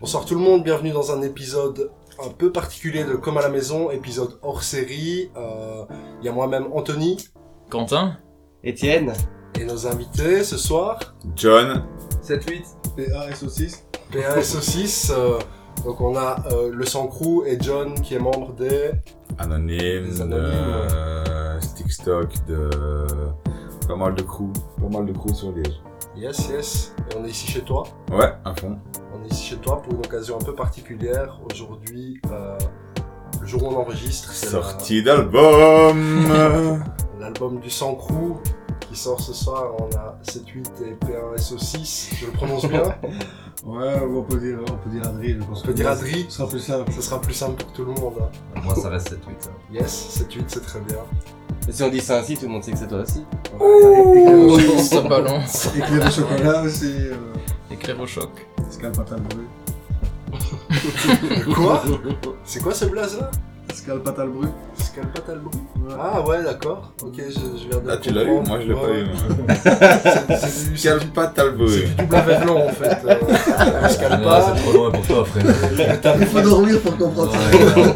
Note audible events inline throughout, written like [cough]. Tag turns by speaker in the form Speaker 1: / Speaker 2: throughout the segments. Speaker 1: Bonsoir tout le monde, bienvenue dans un épisode un peu particulier de Comme à la maison, épisode hors série. Euh, Il y a moi-même Anthony
Speaker 2: Quentin
Speaker 3: Étienne,
Speaker 1: et nos invités ce soir,
Speaker 4: John,
Speaker 3: 7-8,
Speaker 5: PA et saucisse.
Speaker 1: PA et Saucisse. euh, donc on a euh, le Sang Crew et John qui est membre des...
Speaker 4: anonyme,
Speaker 1: Les anonymes,
Speaker 4: euh, Stickstock, de pas mal de crew, pas mal de crew sur Liège.
Speaker 1: Yes, yes. Et on est ici chez toi.
Speaker 4: Ouais, à fond.
Speaker 1: On est ici chez toi pour une occasion un peu particulière. Aujourd'hui, euh, le jour où on enregistre, c'est la-
Speaker 4: Sortie d'album.
Speaker 1: l'album du Sang Crew qui sort ce soir. On a 7-8 et PA et Saucisse. Je le prononce bien.
Speaker 5: Ouais, ou on peut dire, on peut dire Adrien, je pense.
Speaker 1: On peut dire Adri.
Speaker 5: Ce sera plus simple.
Speaker 1: Ce sera plus simple pour tout le monde. hein.
Speaker 3: Moi ça reste 7-8. hein.
Speaker 1: Yes, 7-8, c'est très bien.
Speaker 3: Et si on dit ça ainsi, tout le monde sait que c'est toi
Speaker 6: [laughs]
Speaker 3: aussi.
Speaker 1: Oh.
Speaker 5: Ouh
Speaker 2: Ça balance
Speaker 5: Éclair au chocolat aussi, euh,
Speaker 2: Éclair au choc.
Speaker 5: escale patate brûle.
Speaker 1: Quoi C'est quoi ce blaze là
Speaker 5: Escale patate brûle.
Speaker 1: Scalpa t'as le bruit
Speaker 5: Ouais.
Speaker 1: Ah ouais, d'accord. Ok, je, je viens de.
Speaker 4: Là, Ah, tu l'as eu,
Speaker 1: comprendre.
Speaker 4: moi je l'ai
Speaker 1: Ouais,
Speaker 4: pas eu. [laughs]
Speaker 1: ouais. C'est- C'est du- c'est du
Speaker 4: Calme pas Talbot.
Speaker 1: c'est du double avélan en fait. Euh, Scalpa.
Speaker 7: Ah, trop loin pour
Speaker 1: [laughs]
Speaker 7: toi, frère.
Speaker 5: Il faut dormir pour comprendre.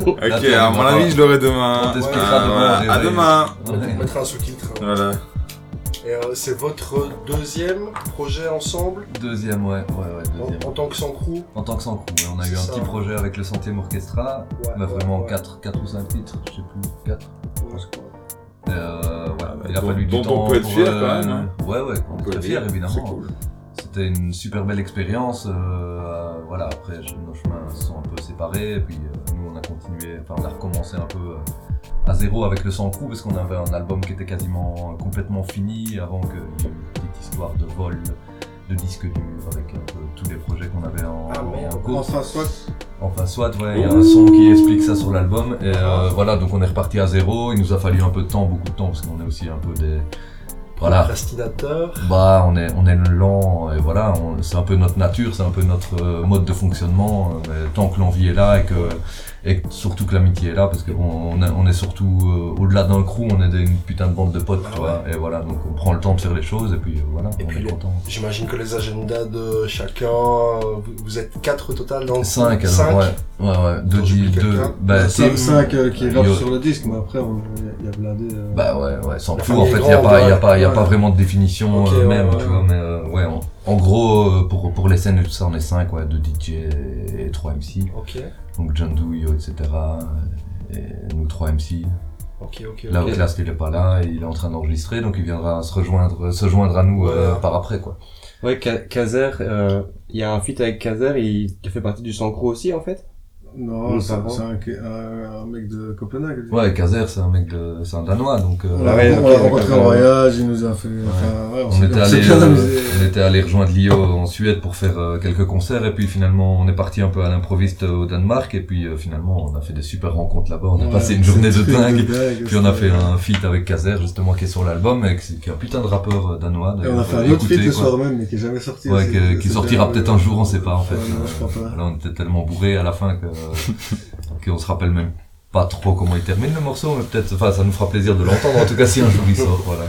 Speaker 4: Ok, à mon avis, je l'aurai demain.
Speaker 7: On t'expliquera
Speaker 4: Euh,
Speaker 7: demain,
Speaker 4: voilà,
Speaker 7: au
Speaker 4: À
Speaker 7: réveil.
Speaker 4: demain.
Speaker 1: On mettra un sous-titre. hein.
Speaker 4: Voilà.
Speaker 1: Et euh, c'est votre deuxième projet ensemble
Speaker 7: Deuxième, ouais, ouais, ouais,
Speaker 1: en,
Speaker 7: deuxième.
Speaker 1: en tant que sans crew
Speaker 7: En tant que sans crew, ouais, on a
Speaker 1: C'est
Speaker 7: eu un
Speaker 1: ça.
Speaker 7: petit projet avec le Centième Orchestra,
Speaker 1: Ouais,
Speaker 7: bah,
Speaker 1: ouais,
Speaker 7: vraiment
Speaker 1: ouais.
Speaker 7: 4, ou 5 titres, je sais plus, 4.
Speaker 4: Ah, bah,
Speaker 7: il a
Speaker 4: dont-
Speaker 7: fallu
Speaker 4: dont
Speaker 7: du
Speaker 4: on
Speaker 7: temps
Speaker 4: peut être
Speaker 7: pour,
Speaker 4: fier,
Speaker 7: euh,
Speaker 4: quand même, hein.
Speaker 7: Ouais, ouais, on, peut
Speaker 4: le
Speaker 7: être
Speaker 4: dire,
Speaker 7: fier, évidemment.
Speaker 4: C'est cool.
Speaker 7: C'était une super belle expérience. euh, voilà, après, je- nos chemins se sont un peu séparés. Puis euh, nous, on a continué, enfin, on a recommencé un peu euh, à zéro avec le Sans Crew, parce qu'on avait un album qui était quasiment euh, complètement fini avant qu'il y ait une petite histoire de vol de disque dur avec un peu tous les projets qu'on avait en,
Speaker 1: Ah, merde.
Speaker 7: en cours.
Speaker 5: Enfin, soit.
Speaker 7: Enfin, soit, ouais, il y a un son qui explique ça sur l'album. Et euh, voilà, donc on est reparti à zéro. Il nous a fallu un peu de temps, beaucoup de temps, parce qu'on est aussi un peu des. Voilà,
Speaker 1: Procrastinateur.
Speaker 7: bah, on est, on est lent, et voilà, on- c'est un peu notre nature, c'est un peu notre euh, mode de fonctionnement. euh, mais tant que l'envie est là et que, et que surtout que l'amitié est là, parce qu'on on est, on est surtout euh, au-delà d'un crew, on est des- une putain de bande de potes,
Speaker 1: Ah
Speaker 7: tu vois. Et voilà, donc on prend le temps de faire les choses, et puis euh, voilà,
Speaker 1: Et
Speaker 7: on
Speaker 1: puis
Speaker 7: est
Speaker 1: les-
Speaker 7: content.
Speaker 1: J'imagine que les agendas de chacun. euh, Vous, vous êtes quatre au total dans le
Speaker 7: 5 alors,
Speaker 1: Cinq.
Speaker 7: ouais. Ouais, ouais, deux,
Speaker 1: j'oublie
Speaker 7: dix- deux-
Speaker 1: quelqu'un.
Speaker 7: bah,
Speaker 5: Sam
Speaker 7: Tim,
Speaker 5: 5 euh, qui est
Speaker 7: Yo.
Speaker 5: grave sur le disque, mais après, on- il y a- il y a blindé. euh,
Speaker 7: Bah ouais, ouais, sans
Speaker 1: La
Speaker 7: tout. En
Speaker 1: famille
Speaker 7: fait,
Speaker 1: est
Speaker 7: il n'y a,
Speaker 1: grande,
Speaker 7: pas, y a,
Speaker 1: ouais.
Speaker 7: pas, y a
Speaker 1: Ouais.
Speaker 7: pas vraiment de définition
Speaker 1: Ok,
Speaker 7: euh,
Speaker 1: ouais,
Speaker 7: même,
Speaker 1: ouais.
Speaker 7: tu vois. Mais euh, ouais, en, en gros, euh, pour, pour les scènes et tout ça, on est 5, ouais, 2 DJ et 3 MC.
Speaker 1: Ok,
Speaker 7: Donc John Douille, etc. Et nous 3 MC.
Speaker 1: ok, ok.
Speaker 7: Là,
Speaker 1: ok.
Speaker 7: Outlast, il est pas là, il est en train d'enregistrer, donc il viendra se rejoindre, se joindre à nous euh,
Speaker 1: Voilà.
Speaker 7: par après, quoi.
Speaker 3: Ouais, Ka- Kazer, euh, il y a un feat avec Kazer, il il fait partie du Sancro aussi en fait.
Speaker 5: Non,
Speaker 3: Oui,
Speaker 5: c'est
Speaker 3: pardon.
Speaker 5: c'est un, un- un mec de Copenhague.
Speaker 7: Ouais, Kazer, c'est un mec de, c'est un Danois, donc. euh,
Speaker 5: On l'a
Speaker 3: Ah ouais,
Speaker 5: on l'a
Speaker 3: ok,
Speaker 5: rencontré en
Speaker 3: d'accord.
Speaker 5: voyage, il nous a fait. Enfin, ouais, on
Speaker 7: On
Speaker 5: s'est
Speaker 7: était,
Speaker 5: on s'est
Speaker 7: allé,
Speaker 5: bien
Speaker 7: euh,
Speaker 5: amusé.
Speaker 7: on était allé rejoindre Lio en Suède pour faire euh, quelques concerts et puis finalement on est parti un peu à l'improviste euh, au Danemark et puis euh, finalement on a fait des super rencontres là-bas, on a
Speaker 5: Ouais,
Speaker 7: passé une journée de
Speaker 5: c'était
Speaker 7: dingue. Puis on a fait
Speaker 5: c'était-
Speaker 7: un feat avec Kazer justement qui est sur l'album et qui qui est un putain de rappeur euh, danois.
Speaker 5: Et on a fait un
Speaker 7: d'ailleurs,
Speaker 5: autre feat
Speaker 7: écoutez,
Speaker 5: le
Speaker 7: quoi.
Speaker 5: soir même, mais qui est jamais sorti.
Speaker 7: Ouais,
Speaker 5: C'est-
Speaker 7: que- qui
Speaker 5: c'était-
Speaker 7: sortira peut-être un jour, on sait pas en fait.
Speaker 5: Ouais, non, je crois pas.
Speaker 7: Là Ah on était tellement bourrés à la fin que qu'on se rappelle même pas trop comment il termine le morceau, mais peut-être, enfin ça nous fera plaisir de l'entendre en tout cas si un jour il sort, voilà.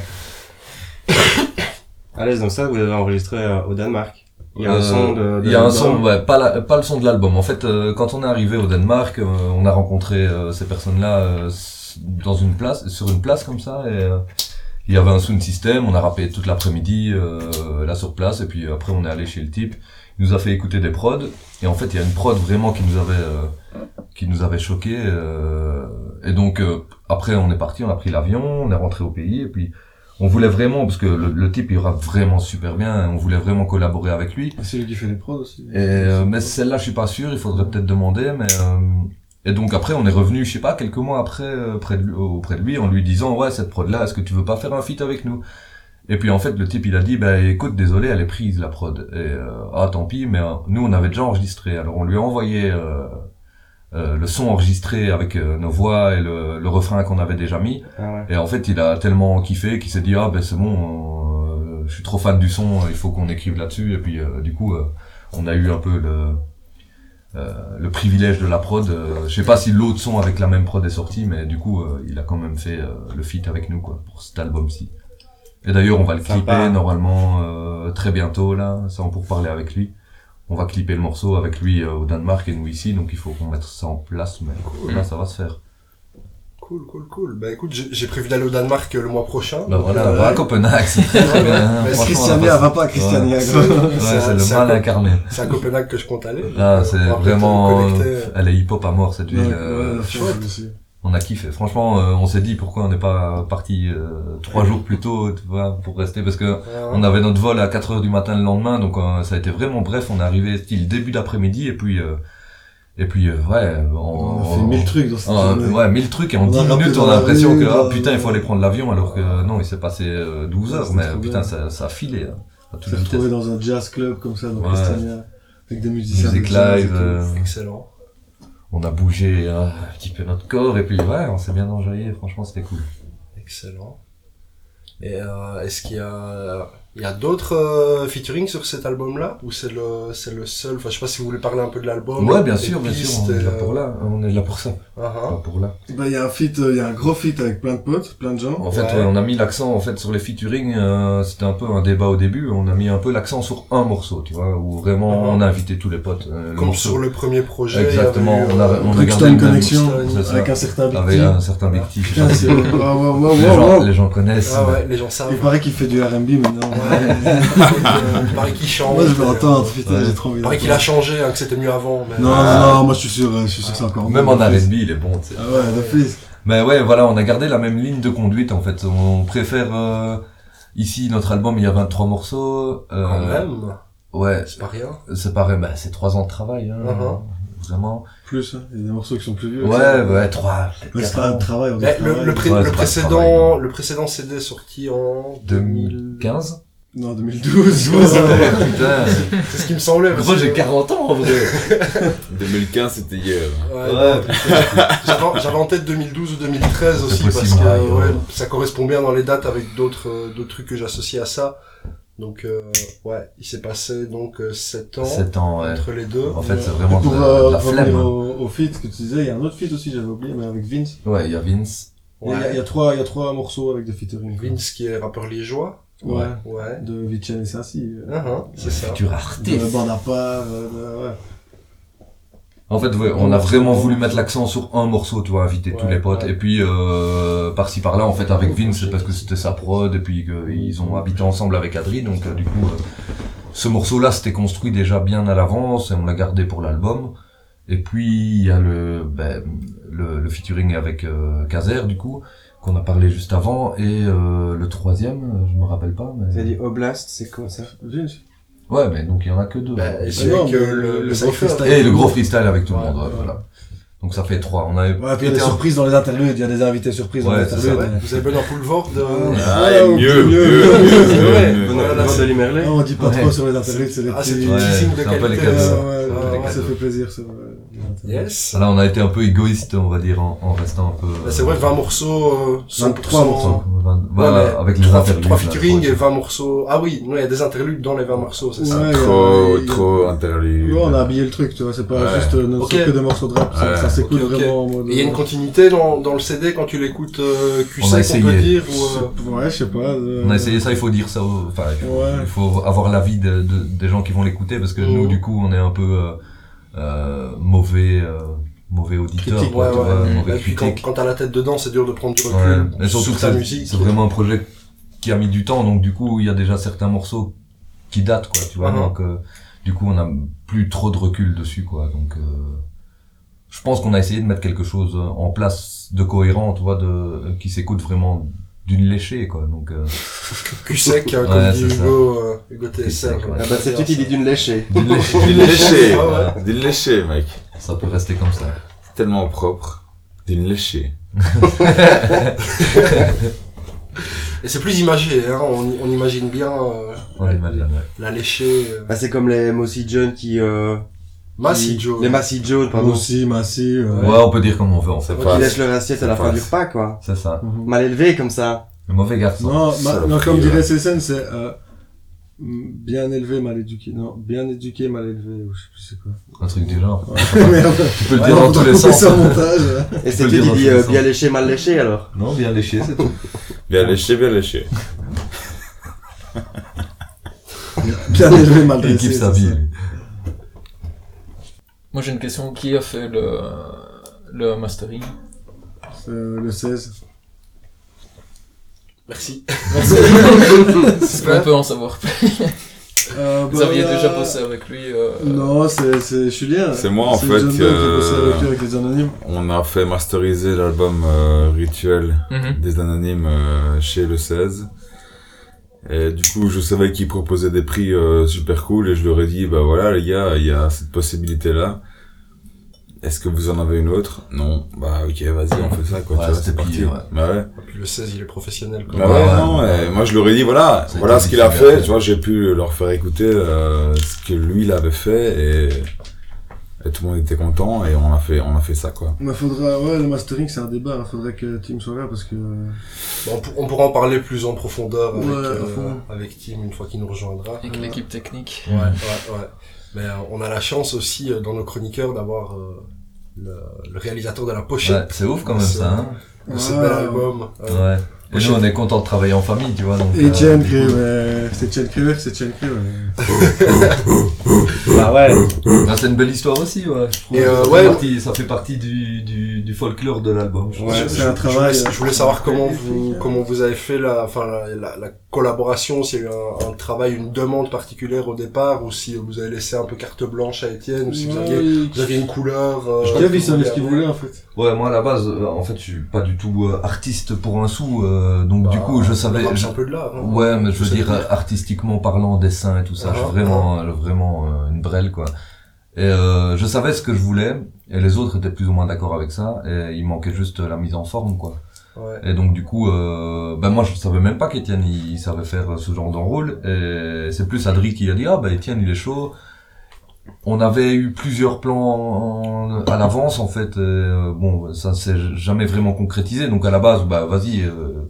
Speaker 3: À l'aise, Ah, donc ça, vous avez enregistré euh, au Danemark. Il y a
Speaker 7: Euh,
Speaker 3: un son de. de
Speaker 7: Il y a un
Speaker 3: l'album.
Speaker 7: son, ouais, pas, la- pas le son de l'album. En fait, euh, quand on est arrivé au Danemark, euh, on a rencontré euh, ces personnes-là euh, s- dans une place, sur une place comme ça, et euh, il y avait un sound system. On a rappé toute l'après-midi euh, là sur place, et puis euh, après on est allé chez le type. Il nous a fait écouter des prods, et en fait il y a une prod vraiment qui nous avait euh, qui nous avait choqué. euh, et donc euh, après on est parti, on a pris l'avion, on est rentré au pays, et puis on voulait vraiment parce que le, le type il rappe vraiment super bien, et on voulait vraiment collaborer avec lui.
Speaker 5: Ah, C'est lui qui fait les prods aussi.
Speaker 7: Et, euh, mais celle-là, je suis pas sûr, il faudrait peut-être demander, mais... euh, et donc après, on est revenu, je sais pas, quelques mois après, euh, près de, auprès de lui, en lui disant, ouais, cette prod-là, est-ce que tu veux pas faire un feat avec nous Et puis en fait, le type, il a dit, bah écoute, désolé, elle est prise, la prod. Et euh, ah, tant pis, mais euh, nous, on avait déjà enregistré, alors on lui a envoyé... euh, euh, le son enregistré avec euh, nos voix et le, le refrain qu'on avait déjà mis
Speaker 3: Ah ouais.
Speaker 7: et en fait il a tellement kiffé qu'il s'est dit ah ben c'est bon euh, je suis trop fan du son il faut qu'on écrive là-dessus et puis euh, du coup euh, on a eu un peu le euh, le privilège de la prod, euh, je sais pas si l'autre son avec la même prod est sorti, mais du coup euh, il a quand même fait euh, le feat avec nous quoi pour cet album-ci. Et d'ailleurs on va le
Speaker 3: Sympa.
Speaker 7: clipper normalement euh, très bientôt là, ça on pour parler avec lui. on va clipper le morceau avec lui euh, au Danemark et nous ici, donc il faut qu'on mette ça en place, mais là ça va se faire.
Speaker 1: Cool, cool, cool. Bah écoute, j'ai j'ai prévu d'aller au Danemark euh, le mois prochain. Euh,
Speaker 7: Bah voilà,
Speaker 5: Ouais.
Speaker 7: va à Copenhague, [laughs] c'est très
Speaker 1: Ouais,
Speaker 7: bien.
Speaker 1: mais
Speaker 7: Franchement,
Speaker 5: Ah, Christiania,
Speaker 7: là,
Speaker 5: va pas à Christiania. gros.
Speaker 7: c'est-
Speaker 1: C'est
Speaker 7: Ouais, c'est
Speaker 1: un- c'est
Speaker 7: le
Speaker 1: un
Speaker 7: mal
Speaker 1: peu-
Speaker 7: incarné.
Speaker 1: C'est à Copenhague que je compte aller.
Speaker 7: Là,
Speaker 1: On
Speaker 7: c'est
Speaker 1: va peut-être
Speaker 7: vraiment,
Speaker 1: connecter,
Speaker 7: euh,
Speaker 1: euh,
Speaker 7: elle est hip-hop à mort cette
Speaker 5: Ouais,
Speaker 7: ville.
Speaker 5: ouais,
Speaker 7: euh,
Speaker 5: ouais,
Speaker 1: chouette.
Speaker 5: je sais.
Speaker 7: On a kiffé. Franchement, euh, on s'est dit pourquoi on n'est pas parti euh, trois jours plus tôt, tu vois, pour rester, parce que
Speaker 1: ouais.
Speaker 7: euh, on avait notre vol à 4 heures du matin le lendemain, donc euh, ça a été vraiment bref. On est arrivé style début d'après-midi et puis euh, et puis euh, ouais, on,
Speaker 5: On a fait mille trucs dans cette
Speaker 7: Ah,
Speaker 5: journée.
Speaker 7: ouais, mille trucs et en
Speaker 5: On
Speaker 7: 10
Speaker 5: a rappelé
Speaker 7: minutes
Speaker 5: dans
Speaker 7: on a
Speaker 5: la
Speaker 7: l'impression
Speaker 5: rue,
Speaker 7: que
Speaker 5: dans-
Speaker 7: ah, putain il faut aller prendre l'avion alors que euh, non il s'est passé euh, 12
Speaker 5: Ouais,
Speaker 7: heures
Speaker 5: c'était
Speaker 7: mais
Speaker 5: trop
Speaker 7: putain
Speaker 5: bien.
Speaker 7: ça, ça a filé hein,
Speaker 5: On
Speaker 7: à toute
Speaker 5: s'est
Speaker 7: vitesse.
Speaker 5: retrouvé dans un jazz club comme ça, dans
Speaker 7: Ouais.
Speaker 5: Christiania, avec des musiciens.
Speaker 7: Musique
Speaker 5: de jazz et
Speaker 7: live,
Speaker 5: tout.
Speaker 7: euh,
Speaker 1: Excellent.
Speaker 7: on a bougé euh, un petit peu notre corps et puis ouais on s'est bien enjoyé franchement c'était cool.
Speaker 1: Excellent. Et euh, est-ce qu'il y a, il y a d'autres euh, featuring sur cet album-là Ou c'est le, c'est le seul Enfin, je sais pas si vous voulez parler un peu de l'album.
Speaker 7: Ouais bien
Speaker 1: des
Speaker 7: sûr bien sûr
Speaker 1: pistes,
Speaker 7: on est là
Speaker 1: euh,
Speaker 7: pour là on est là pour ça
Speaker 1: ah, ah.
Speaker 7: pas pour là.
Speaker 5: Bah, il y a un feat, euh, il y a un gros feat avec plein de potes, plein de gens.
Speaker 7: En fait,
Speaker 1: Ouais.
Speaker 7: ouais, on a mis l'accent en fait sur les featuring. euh, C'était un peu un débat au début. On a mis un peu l'accent sur un morceau, tu vois, où vraiment
Speaker 1: Mhm.
Speaker 7: on a invité tous les potes. euh, le
Speaker 1: Comme
Speaker 7: morceau.
Speaker 1: sur le premier projet.
Speaker 7: Exactement,
Speaker 1: il y avait,
Speaker 7: on a-
Speaker 1: euh,
Speaker 7: on a gardé
Speaker 5: Brookstone
Speaker 7: le même
Speaker 5: Connexion,
Speaker 1: Brookstone,
Speaker 7: c'est
Speaker 5: avec
Speaker 7: ça.
Speaker 5: un certain Big
Speaker 7: avec
Speaker 5: T. [laughs]
Speaker 7: un certain Big T. je sais
Speaker 5: Putain,
Speaker 7: pas si-
Speaker 5: c'est- waouh, waouh, waouh,
Speaker 7: les,
Speaker 5: waouh.
Speaker 7: gens, les gens connaissent.
Speaker 1: Ah
Speaker 7: mais-
Speaker 1: ouais, les gens savent.
Speaker 5: Il paraît qu'il fait du R&B
Speaker 7: [laughs]
Speaker 5: maintenant.
Speaker 1: Il paraît qu'il change.
Speaker 5: Moi, je veux entendre, putain,
Speaker 7: Ouais.
Speaker 5: j'ai trop envie
Speaker 1: Il paraît qu'il a changé, hein, que c'était mieux avant. Mais...
Speaker 5: Non, non, non, moi, je suis sûr, euh, je suis sûr que c'est encore
Speaker 7: Même
Speaker 5: mieux.
Speaker 7: en R&B, il est bon. tu sais.
Speaker 5: Ah ouais, d'office.
Speaker 7: Mais ouais, voilà, on a gardé la même ligne de conduite en fait. On préfère euh, ici notre album. Il y a 23 morceaux. euh,
Speaker 1: Quand même,
Speaker 7: Ouais,
Speaker 1: c'est pas rien.
Speaker 7: c'est pareil. Bah, c'est trois ans de travail. Hein,
Speaker 1: Mhm.
Speaker 7: Vraiment.
Speaker 5: Plus, hein, il y a des morceaux qui sont plus vieux.
Speaker 7: Ouais, bah. ouais, trois. peut-être
Speaker 5: Mais c'est
Speaker 7: quatre
Speaker 5: pas un
Speaker 7: ans.
Speaker 5: travail, on dit
Speaker 1: Mais
Speaker 5: travail.
Speaker 1: le, le, pré-
Speaker 7: Ouais,
Speaker 1: le
Speaker 7: c'est pas le travail,
Speaker 1: précédent,
Speaker 7: non.
Speaker 1: le précédent CD sorti en
Speaker 7: 2015.
Speaker 5: Non, 2012.
Speaker 7: Putain,
Speaker 1: C'est ce qui me semblait. parce que-
Speaker 7: 40 ans en vrai.
Speaker 4: 2015, c'était hier.
Speaker 1: Ouais, non, putain. J'avais j'avais en tête 2012 ou 2013 aussi
Speaker 7: C'est possible,
Speaker 1: parce que
Speaker 7: ouais,
Speaker 1: ouais,
Speaker 7: ouais.
Speaker 1: ça correspond bien dans les dates avec d'autres euh, d'autres trucs que j'associe à ça. Donc euh, ouais, il s'est passé donc 7 ans
Speaker 7: 7 ans, ouais. Oh.
Speaker 1: entre les deux.
Speaker 7: En fait, c'est
Speaker 5: Et
Speaker 7: vraiment de,
Speaker 5: pour
Speaker 7: de
Speaker 5: euh,
Speaker 7: la
Speaker 5: revenir
Speaker 7: flemme. hein.
Speaker 5: au, au feat que tu disais, il y a un autre feat aussi, j'avais oublié, mais avec Vince.
Speaker 7: Ouais, il y a Vince.
Speaker 5: Il y a- il y, a trois, il y a trois morceaux avec des featuring.
Speaker 1: Vince qui est rappeur liégeois.
Speaker 5: Ouais.
Speaker 1: Ouais.
Speaker 5: De Vicen et Sassi. euh,
Speaker 1: Hein, hein, c'est ça.
Speaker 7: Futur artiste.
Speaker 5: De bande à part, euh, de- ouais.
Speaker 7: En fait, ouais, on a vraiment voulu mettre l'accent sur un morceau, tu vois, inviter tous
Speaker 1: Ouais,
Speaker 7: les potes.
Speaker 1: ouais.
Speaker 7: Et puis, euh, par-ci par-là, en fait, avec Vince, c'est parce que c'était sa prod et puis qu'ils ont habité ensemble avec Adri. Donc, euh, du coup, euh, ce morceau-là, c'était construit déjà bien à l'avance et on l'a gardé pour l'album. Et puis, il y a le, ben, le, le featuring avec euh, Kazer, du coup, qu'on a parlé juste avant. Et euh, le troisième, euh, je me rappelle pas.
Speaker 6: T'as
Speaker 7: Mais...
Speaker 6: dit Oblast, c'est quoi ça
Speaker 5: Vince.
Speaker 7: Ouais, mais donc il y en a que deux.
Speaker 1: Bah, c'est
Speaker 5: non,
Speaker 1: avec, euh,
Speaker 5: mais
Speaker 1: le,
Speaker 5: le-
Speaker 1: le
Speaker 5: le
Speaker 1: Cypher.
Speaker 5: freestyle.
Speaker 7: et Eh, le gros freestyle avec tout le
Speaker 5: Ouais,
Speaker 7: monde, ouais,
Speaker 5: ouais.
Speaker 7: voilà. Donc ça fait trois. On avait
Speaker 5: Ouais, puis il y a des
Speaker 7: été un
Speaker 5: surprises dans les interludes, il y a des invités surprises dans
Speaker 7: Ouais,
Speaker 5: les
Speaker 7: c'est
Speaker 1: C'est
Speaker 5: interludes.
Speaker 1: vrai, Vous avez Benoît Poulvord de...
Speaker 4: Ah,
Speaker 5: Ouais,
Speaker 4: mieux, mieux,
Speaker 5: mieux, mieux,
Speaker 4: mieux,
Speaker 1: c'est vrai.
Speaker 4: mieux.
Speaker 1: Voilà,
Speaker 6: Voilà,
Speaker 1: là, c'est-
Speaker 6: Salut Merlet.
Speaker 5: Non, on dit pas
Speaker 7: Ouais.
Speaker 5: trop sur les interludes, c'est les
Speaker 1: Ah, c'est
Speaker 5: petits-
Speaker 1: du
Speaker 7: Ouais,
Speaker 1: teasing de
Speaker 7: c'est un peu les
Speaker 1: qualité.
Speaker 5: Ouais,
Speaker 7: cadeaux,
Speaker 1: euh,
Speaker 7: ça.
Speaker 5: ouais,
Speaker 1: Ah,
Speaker 5: ouais,
Speaker 1: ouais.
Speaker 5: ça fait plaisir. ça, ouais, les interludes.
Speaker 1: Yes.
Speaker 7: Là, on a été un peu égoïste, on va dire, en, en restant un peu.
Speaker 1: Bah, c'est vrai, 20 morceaux, euh,
Speaker 5: 23
Speaker 7: morceaux.
Speaker 1: 100%.
Speaker 7: Voilà,
Speaker 1: Ouais, mais
Speaker 7: Bah, avec les
Speaker 1: trois,
Speaker 7: interviews,
Speaker 1: trois
Speaker 7: là,
Speaker 1: featuring
Speaker 7: trois.
Speaker 1: et 20 morceaux. Ah oui, non, il y a des interludes dans les 20 morceaux, c'est ça.
Speaker 5: Ouais,
Speaker 4: Trop,
Speaker 5: il y a-
Speaker 4: trop interlude.
Speaker 5: Ouais, on a habillé le truc, tu vois, c'est pas
Speaker 4: Ouais.
Speaker 5: juste euh, ne
Speaker 1: Ok.
Speaker 5: que des morceaux de rap, ça,
Speaker 4: Ouais.
Speaker 5: ça s'écoute
Speaker 1: Ok, ok.
Speaker 5: vraiment en mode. euh,
Speaker 1: Et il y a une continuité dans, dans le CD quand tu l'écoutes euh, QC,
Speaker 7: On a
Speaker 1: qu'on peut
Speaker 7: essayé.
Speaker 1: dire ou, euh,
Speaker 5: Ouais, je sais pas. euh,
Speaker 7: On a essayé ça, il faut dire ça. aux- Enfin, il faut-
Speaker 5: Ouais.
Speaker 7: il faut avoir l'avis de, de- des gens qui vont l'écouter parce que
Speaker 1: Mhm.
Speaker 7: nous, du coup, on est un peu euh, euh, mauvais, euh, mauvais auditeur,
Speaker 1: Critique,
Speaker 7: quoi,
Speaker 1: ouais,
Speaker 7: tu
Speaker 1: ouais.
Speaker 7: vois,
Speaker 2: Mhm.
Speaker 7: mauvais
Speaker 1: Et puis quand,
Speaker 7: critique.
Speaker 1: quand t'as la tête dedans, c'est dur de prendre du recul
Speaker 7: Ouais. Et surtout
Speaker 1: sur
Speaker 7: que
Speaker 1: ta
Speaker 7: c'est-
Speaker 1: musique.
Speaker 7: c'est vraiment un projet qui a mis du temps, donc du coup, il y a déjà certains morceaux qui datent, quoi, tu vois.
Speaker 1: Mhm.
Speaker 7: Donc, euh, du coup, on n'a plus trop de recul dessus, quoi. Donc, euh, je pense qu'on a essayé de mettre quelque chose en place de cohérent, tu vois, de qui s'écoute vraiment d'une léchée, quoi. Donc, euh,
Speaker 1: QC, euh,
Speaker 7: [laughs] Ouais,
Speaker 1: comme dit
Speaker 7: c'est ça.
Speaker 1: Hugo, euh, Hugo TSR.
Speaker 7: ouais.
Speaker 6: Ah bah c'est toi qui dis d'une léchée.
Speaker 7: [laughs] d'une [laughs] léchée. Euh,
Speaker 4: Des léchés,
Speaker 1: Ouais, ouais.
Speaker 4: des léchés, mec.
Speaker 7: Ça peut rester comme ça.
Speaker 4: C'est tellement propre. Des léchés.
Speaker 1: Et c'est plus imagé, hein, on, on imagine bien euh,
Speaker 7: On imagine.
Speaker 1: la léchée. Euh,
Speaker 6: Bah c'est comme les Mossy John qui... Euh,
Speaker 1: Massy
Speaker 6: qui-
Speaker 1: Joe.
Speaker 6: Les Massy John, pardon.
Speaker 5: Moussi, Massi. euh,
Speaker 7: Ouais, on peut dire comme on veut, en
Speaker 4: Ça
Speaker 7: fait.
Speaker 1: Ok,
Speaker 6: Qui
Speaker 4: passe.
Speaker 6: laissent leur assiette à la fin
Speaker 4: Face.
Speaker 6: du repas quoi.
Speaker 7: C'est ça.
Speaker 5: mhm.
Speaker 6: Mal élevé comme ça.
Speaker 7: Le mauvais garçon.
Speaker 5: Non, ma-
Speaker 4: Saloperie,
Speaker 5: non, comme
Speaker 4: ouais.
Speaker 5: dirait Cécène, c'est euh, m- bien élevé, mal éduqué. Non, bien éduqué, mal élevé, ou je sais plus c'est quoi.
Speaker 7: Un truc du genre. [laughs]
Speaker 5: Merde.
Speaker 7: Tu peux le
Speaker 5: Ouais,
Speaker 7: dire
Speaker 5: on
Speaker 7: dans tous
Speaker 5: doit
Speaker 7: les
Speaker 5: couper
Speaker 7: sens.
Speaker 5: ça au
Speaker 7: [laughs]
Speaker 5: montage.
Speaker 6: Et
Speaker 7: peux
Speaker 6: c'est
Speaker 7: le
Speaker 6: qui
Speaker 7: dire
Speaker 6: qui
Speaker 7: dans
Speaker 6: dit
Speaker 7: tous les
Speaker 6: euh,
Speaker 7: sens.
Speaker 6: bien léché, mal léché alors
Speaker 7: Non, bien léché, c'est tout.
Speaker 4: Bien léché, bien léché.
Speaker 5: Bien élevé, mal
Speaker 7: Il
Speaker 5: dressé.
Speaker 7: kiffe sa
Speaker 5: c'est
Speaker 7: vie.
Speaker 5: ça.
Speaker 7: lui.
Speaker 2: Moi j'ai une question, qui a fait le, le mastering
Speaker 5: Euh, le 16.
Speaker 1: Merci.
Speaker 2: Merci. Est-ce qu'on
Speaker 1: Super.
Speaker 2: peut en savoir plus
Speaker 5: Euh,
Speaker 2: Vous
Speaker 5: bah,
Speaker 2: aviez
Speaker 5: euh,
Speaker 2: déjà bossé avec lui euh,
Speaker 5: Non, c'est c'est Julien.
Speaker 4: C'est moi, en fait,
Speaker 5: John Doe qui
Speaker 4: euh,
Speaker 5: bossait avec lui avec les anonymes.
Speaker 4: On a fait masteriser l'album euh, Rituel
Speaker 2: mhm.
Speaker 4: des Anonymes euh, chez le 16. Et du coup, je savais qu'ils proposaient des prix euh, super cool et je leur ai dit, bah voilà les gars, il y a cette possibilité-là. Est-ce que vous en avez une autre Non. Bah ok, vas-y, on fait ça quoi.
Speaker 7: Ouais,
Speaker 4: tu vois,
Speaker 7: c'était
Speaker 4: c'est parti.
Speaker 7: pillé, ouais.
Speaker 4: Bah ouais.
Speaker 1: Puis le 16, il est professionnel. Quoi.
Speaker 4: Bah ouais,
Speaker 7: Ouais,
Speaker 4: non,
Speaker 7: ouais.
Speaker 4: et moi je leur ai dit voilà,
Speaker 7: Ça a
Speaker 4: voilà
Speaker 7: été
Speaker 4: ce qu'il a
Speaker 7: super
Speaker 4: fait,
Speaker 7: fait.
Speaker 4: tu vois, j'ai pu leur faire écouter euh, ce que lui il avait fait et, et tout le monde était content et on a fait on a fait ça quoi.
Speaker 5: Mais faudra, ouais, le mastering, c'est un débat. Il faudrait que Tim soit là parce que. euh,
Speaker 1: Bon, on, pour- on pourra en parler plus en profondeur avec,
Speaker 5: Ouais,
Speaker 1: euh,
Speaker 5: à fond.
Speaker 1: avec Tim une fois qu'il nous rejoindra.
Speaker 2: Avec l'équipe
Speaker 7: [laughs]
Speaker 2: technique.
Speaker 1: Ouais, ouais, ouais. Mais euh, on a la chance aussi euh, dans nos chroniqueurs d'avoir euh, le, le réalisateur de la
Speaker 7: Ouais,
Speaker 1: pochette
Speaker 7: c'est ouf quand même ça. Hein.
Speaker 1: de ce
Speaker 5: ouais.
Speaker 1: bel album. Euh,
Speaker 7: Ouais. Et nous, on est content de travailler en famille, tu vois. Donc,
Speaker 5: Et
Speaker 7: euh,
Speaker 5: Jen Crever, euh, c'est Jen Crever, c'est Jen Crever.
Speaker 6: Bah
Speaker 7: [coughs]
Speaker 6: ouais.
Speaker 7: bah, c'est une belle histoire aussi, ouais. Je trouve
Speaker 1: Et,
Speaker 7: que
Speaker 1: euh,
Speaker 7: ça,
Speaker 1: ouais.
Speaker 7: fait partie, ça fait partie du, du, du folklore de l'album. je trouve.
Speaker 5: Ouais,
Speaker 1: je-
Speaker 5: c'est
Speaker 1: je-
Speaker 5: un
Speaker 1: je
Speaker 5: travail,
Speaker 1: voulais-
Speaker 5: euh,
Speaker 1: Je voulais savoir comment
Speaker 5: magnifique,
Speaker 1: vous
Speaker 5: hein.
Speaker 1: comment vous avez fait la enfin la, la, la collaboration, s'il y a eu un, un travail, une demande particulière au départ, ou si vous avez laissé un peu carte blanche à Étienne, ou si vous aviez vous aviez une couleur. euh,
Speaker 5: Je
Speaker 1: que
Speaker 5: t'ai vu, il
Speaker 1: vous
Speaker 5: savait ce qu'il
Speaker 1: vouliez
Speaker 5: voulait en fait.
Speaker 7: Ouais, moi à la base, euh, en fait, je suis pas du tout euh, artiste pour un sou, euh, donc du
Speaker 1: Bah,
Speaker 7: coup, je
Speaker 1: le
Speaker 7: savais.
Speaker 1: rap,
Speaker 7: je-
Speaker 1: c'est un peu de l'art. hein.
Speaker 7: Ouais, mais je veux
Speaker 1: Ça
Speaker 7: dire
Speaker 1: dépend.
Speaker 7: euh, artistiquement parlant, dessin et tout ça, je suis
Speaker 1: Ah,
Speaker 7: vraiment, euh, vraiment euh, une brêle quoi. Et euh, je savais ce que je voulais, et les autres étaient plus ou moins d'accord avec ça, et il manquait juste la mise en forme quoi.
Speaker 1: Ouais.
Speaker 7: Et donc du coup, euh, ben moi je savais même pas qu'Étienne il, il savait faire euh, ce genre d'enrôle. Et c'est plus Adri qui a dit ah ben Étienne il est chaud. On avait eu plusieurs plans en- à l'avance en fait. Et, euh, bon, ça s'est jamais vraiment concrétisé. Donc à la base, bah vas-y, euh,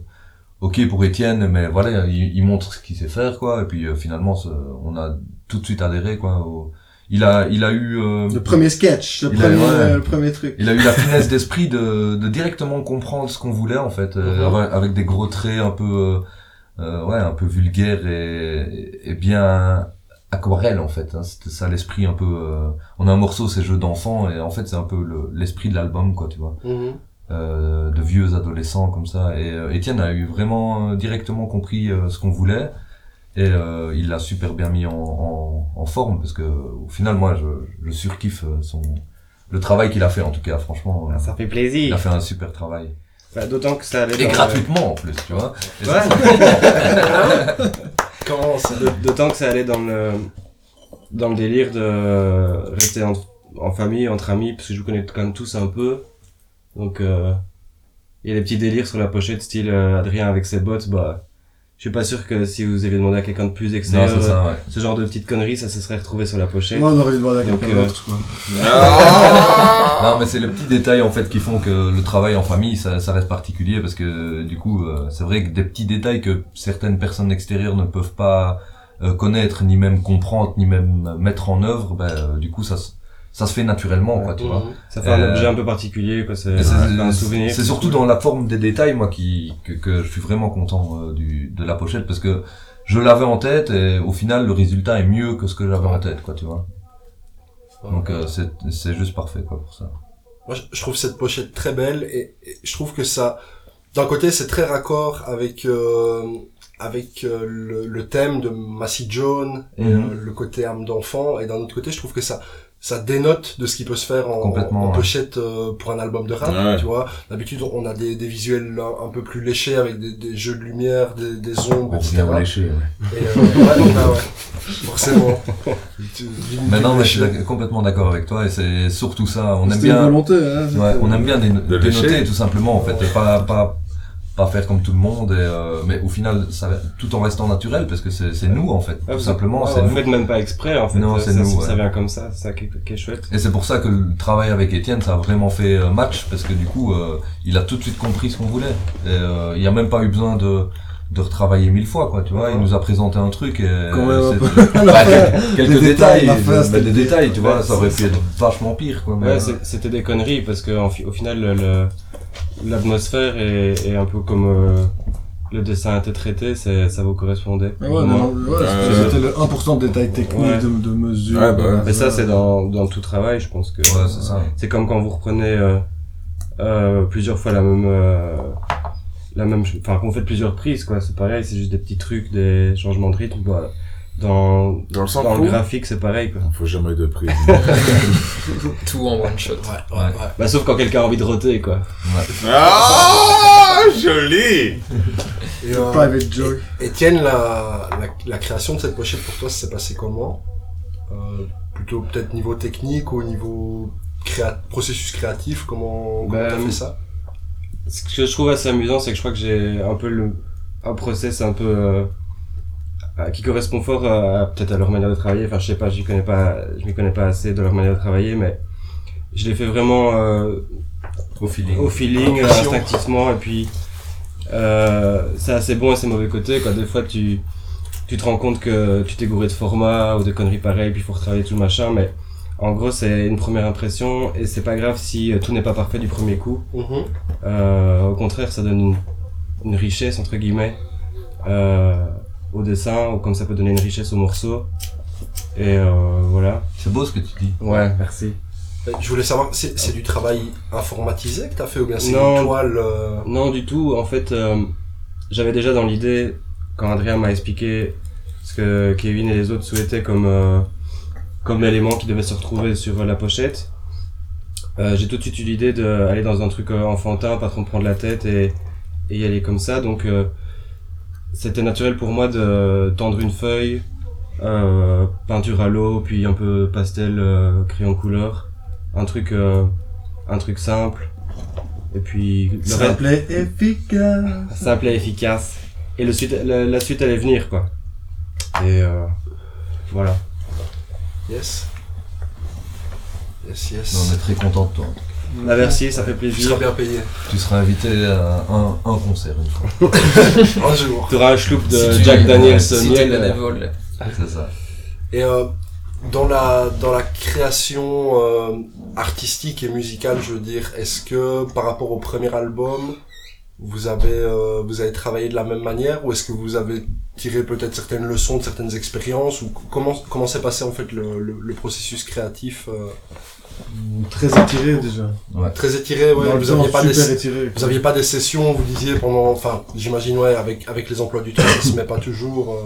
Speaker 7: ok pour Étienne, mais voilà, il, il montre ce qu'il sait faire quoi. Et puis euh, finalement, ça- on a tout de suite adhéré quoi. au- Il a, il a eu. euh,
Speaker 5: Le premier sketch, le,
Speaker 7: Il a-
Speaker 5: premier,
Speaker 7: ouais.
Speaker 5: euh, le premier truc.
Speaker 7: il a eu la finesse d'esprit de, de directement comprendre ce qu'on voulait en fait, euh, avec- avec des gros traits un peu, euh, euh, ouais, un peu vulgaires et, et bien aquarelle en fait. hein. C'était ça l'esprit un peu. euh, on a un morceau, c'est jeu d'enfant et en fait c'est un peu le- l'esprit de l'album quoi, tu vois,
Speaker 1: Mhm.
Speaker 7: euh, de vieux adolescents comme ça. Et euh, Étienne a eu vraiment euh, directement compris euh, ce qu'on voulait. Et euh, il l'a super bien mis en, en, en forme parce que au final moi je, je surkiffe euh, son le travail qu'il a fait en tout cas franchement. euh,
Speaker 6: Ah, Ça fait
Speaker 7: Il a
Speaker 6: plaisir.
Speaker 7: fait un super travail.
Speaker 6: Bah, D'autant que ça allait.
Speaker 7: Et
Speaker 6: dans le-
Speaker 7: gratuitement en plus, tu vois. Et ça,
Speaker 6: Ouais.
Speaker 1: Comment ça
Speaker 6: D'aut- D'autant que ça allait dans le dans le délire de euh, rester en, en famille, entre amis, parce que je vous connais quand même tous un peu. Donc euh, il y a des petits délires sur la pochette, style euh, Adrien avec ses bottes. Bah, je suis pas sûr que si vous avez demandé à quelqu'un de plus
Speaker 7: c'est- non,
Speaker 6: extérieur, euh,
Speaker 7: c'est ça, ouais.
Speaker 6: ce genre de petites conneries, ça se serait retrouvé sur la pochette.
Speaker 5: Moi, on aurait dû demander à
Speaker 6: Donc,
Speaker 5: quelqu'un
Speaker 6: euh,
Speaker 5: d'autre, quoi.
Speaker 7: Non, mais c'est les petits détails en fait qui font que le travail en famille, ça, ça reste particulier parce que euh, du coup, euh, c'est vrai que des petits détails que certaines personnes extérieures ne peuvent pas euh, connaître, ni même comprendre, ni même mettre en œuvre, ben, euh, du coup, ça, se- ça se fait naturellement, quoi, tu vois.
Speaker 1: Mhm.
Speaker 6: Ça fait un
Speaker 7: Euh,
Speaker 6: objet un peu particulier, euh, quoi. C'est
Speaker 7: Et c'est-
Speaker 6: c'est un souvenir.
Speaker 7: C'est surtout dans la forme des détails, moi, qui, que, que je suis vraiment content euh, du, de la pochette parce que je l'avais en tête et au final, le résultat est mieux que ce que j'avais en tête, quoi, tu vois. Donc, euh, c'est c'est juste parfait, quoi, pour ça.
Speaker 1: Moi, je- je trouve cette pochette très belle et, et je trouve que ça, d'un côté, c'est très raccord avec euh, avec euh, le, le thème de Massey Jones et
Speaker 7: Mhm.
Speaker 1: euh, le côté âme d'enfant et d'un autre côté, je trouve que ça ça dénote de ce qui peut se faire en,
Speaker 7: Complètement,
Speaker 1: en
Speaker 7: ouais.
Speaker 1: pochette euh, pour un album de rap,
Speaker 4: Ouais.
Speaker 1: tu vois. D'habitude, on a des, des visuels un, un peu plus léchés avec des, des jeux de lumière, des, des ombres, etc.
Speaker 7: léché,
Speaker 1: Et, euh, ouais, bah ouais, forcément.
Speaker 7: Mais non, mais je suis d'ac- complètement d'accord avec toi et c'est surtout ça. On aime
Speaker 5: C'était une
Speaker 7: bien,
Speaker 5: volonté, hein.
Speaker 7: ouais,
Speaker 5: c'était-
Speaker 7: on aime bien déno-
Speaker 4: De lécher.
Speaker 7: dénoter tout simplement, en fait, et pas, pas, pas faire comme tout le monde. Et, euh, mais au final, ça, tout en restant naturel parce que c'est c'est nous, en fait.
Speaker 6: Ah,
Speaker 7: Tout
Speaker 6: vous-
Speaker 7: simplement,
Speaker 6: Ah,
Speaker 7: c'est
Speaker 6: vous
Speaker 7: nous.
Speaker 6: faites même pas exprès, en fait.
Speaker 7: Non,
Speaker 6: euh,
Speaker 7: c'est
Speaker 6: ça,
Speaker 7: nous,
Speaker 6: ça
Speaker 7: ouais.
Speaker 6: vient comme ça, c'est ça qui est, qui est chouette.
Speaker 7: Et c'est pour ça que le travail avec Étienne, ça a vraiment fait euh, match, parce que du coup, euh, il a tout de suite compris ce qu'on voulait. Et, euh, il n'y a même pas eu besoin de, de retravailler mille fois, quoi, tu vois. Il nous a présenté un truc et...
Speaker 5: Quand même, un
Speaker 7: c'est-
Speaker 5: À la
Speaker 7: Bah,
Speaker 5: fin,
Speaker 7: quel- quelques
Speaker 5: des
Speaker 7: détails,
Speaker 5: détails, la fin,
Speaker 7: mais
Speaker 5: c'était
Speaker 7: des
Speaker 5: pire.
Speaker 7: détails, tu vois,
Speaker 6: Ouais,
Speaker 7: ça aurait pu
Speaker 6: c'est-
Speaker 7: être vachement pire, quoi. mais-
Speaker 6: Ouais, c'est- c'était des conneries parce que en fi- au final le- le- l'atmosphère est, est un peu comme euh, le dessin était traité, c'est- ça vous correspondait.
Speaker 5: Mais Ah ouais,
Speaker 6: Moi.
Speaker 5: non, voilà,
Speaker 4: Euh,
Speaker 5: parce que c'était le 1% de détail technique
Speaker 6: Ouais.
Speaker 5: de, de mesure. euh,
Speaker 4: Ouais, bah ouais.
Speaker 6: Mais ça, c'est dans, dans tout travail, je pense que.
Speaker 7: Ouais, c'est ça.
Speaker 6: C'est comme quand vous reprenez euh, euh, plusieurs fois la même, euh, la même, ch- enfin, qu'on fait plusieurs prises, quoi. C'est pareil, c'est juste des petits trucs, des changements de rythme. Bah, dans
Speaker 4: Dans le
Speaker 6: dans
Speaker 4: centre
Speaker 6: le graphique, c'est pareil, quoi.
Speaker 4: Faut jamais de prise.
Speaker 2: Tout en one shot.
Speaker 1: Ouais,
Speaker 7: Ouais.
Speaker 1: ouais, ouais.
Speaker 6: Bah, sauf quand quelqu'un a envie de roter, quoi.
Speaker 4: ah, joli
Speaker 1: Et, euh,
Speaker 5: Private joke.
Speaker 1: Étienne, la, la, la création de cette pochette pour toi, ça s'est passé comment Euh, Plutôt peut-être niveau technique ou niveau créa- processus créatif, comment comment
Speaker 6: Ben,
Speaker 1: t'as fait ça
Speaker 6: ce que je trouve assez amusant, c'est que je crois que j'ai un peu le, un process un peu euh, euh, qui correspond fort à, à- peut-être à leur manière de travailler. Enfin, je sais pas, je connais pas, je m'y connais pas assez de leur manière de travailler, mais je l'ai fait vraiment euh,
Speaker 7: Au feeling.
Speaker 6: au feeling,
Speaker 1: Impression.
Speaker 6: euh, instinctivement, et puis euh, c'est assez bon et c'est mauvais côté. Quoi. Des fois, tu, tu te rends compte que tu t'es gouré de format ou de conneries pareilles, puis il faut retravailler tout le machin, mais en gros, c'est une première impression et c'est pas grave si euh, tout n'est pas parfait du premier coup.
Speaker 1: Mhm.
Speaker 6: Euh, au contraire, ça donne une, une richesse, entre guillemets, euh, au dessin, ou comme ça peut donner une richesse au morceau. Et euh, voilà.
Speaker 7: C'est beau ce que tu dis.
Speaker 6: Ouais, merci.
Speaker 1: Euh, Je voulais savoir, c'est c'est du travail informatisé que t'as fait ou bien c'est
Speaker 6: Non.
Speaker 1: une toile euh,
Speaker 6: Non, du tout, en fait, euh, j'avais déjà dans l'idée, quand Adrien m'a expliqué ce que Kevin et les autres souhaitaient comme, euh, comme élément qui devait se retrouver sur euh, la pochette, euh, j'ai tout de suite eu l'idée d'aller dans un truc euh, enfantin, pas trop me prendre la tête et, et y aller comme ça. Donc, euh, c'était naturel pour moi de tendre une feuille, euh, peinture à l'eau, puis un peu pastel, euh, crayon couleur, un truc, euh, un truc simple. Et puis, le reste-
Speaker 5: Simple et efficace.
Speaker 6: simple et efficace. Et le suite, la, la suite allait venir, quoi. Et euh, voilà.
Speaker 1: Yes. Yes,
Speaker 7: Mais on
Speaker 1: yes.
Speaker 7: est très content de toi.
Speaker 6: Bah, merci, ça fait
Speaker 1: Tu seras
Speaker 6: plaisir.
Speaker 1: bien payé.
Speaker 7: Tu seras invité à un, un concert une fois.
Speaker 1: Un jour.
Speaker 6: Tu auras un schloup de
Speaker 2: Si tu-
Speaker 6: Euh, Jack Daniels
Speaker 2: Si tu es
Speaker 6: miel. euh,
Speaker 2: bénévole.
Speaker 7: C'est ça.
Speaker 1: Et euh, dans la dans la création euh, artistique et musicale, je veux dire, est-ce que par rapport au premier album, vous avez euh, vous avez travaillé de la même manière ou est-ce que vous avez tiré peut-être certaines leçons de certaines expériences ou c- comment comment s'est passé en fait le, le, le processus créatif euh,
Speaker 5: Très étiré déjà.
Speaker 1: très étiré ouais,
Speaker 5: Dans le
Speaker 1: vous
Speaker 5: temps,
Speaker 1: aviez pas
Speaker 5: super
Speaker 1: des
Speaker 5: étiré.
Speaker 1: vous aviez pas des sessions, vous disiez pendant, enfin, j'imagine, ouais, avec, avec les emplois du temps, ça se met pas toujours, euh,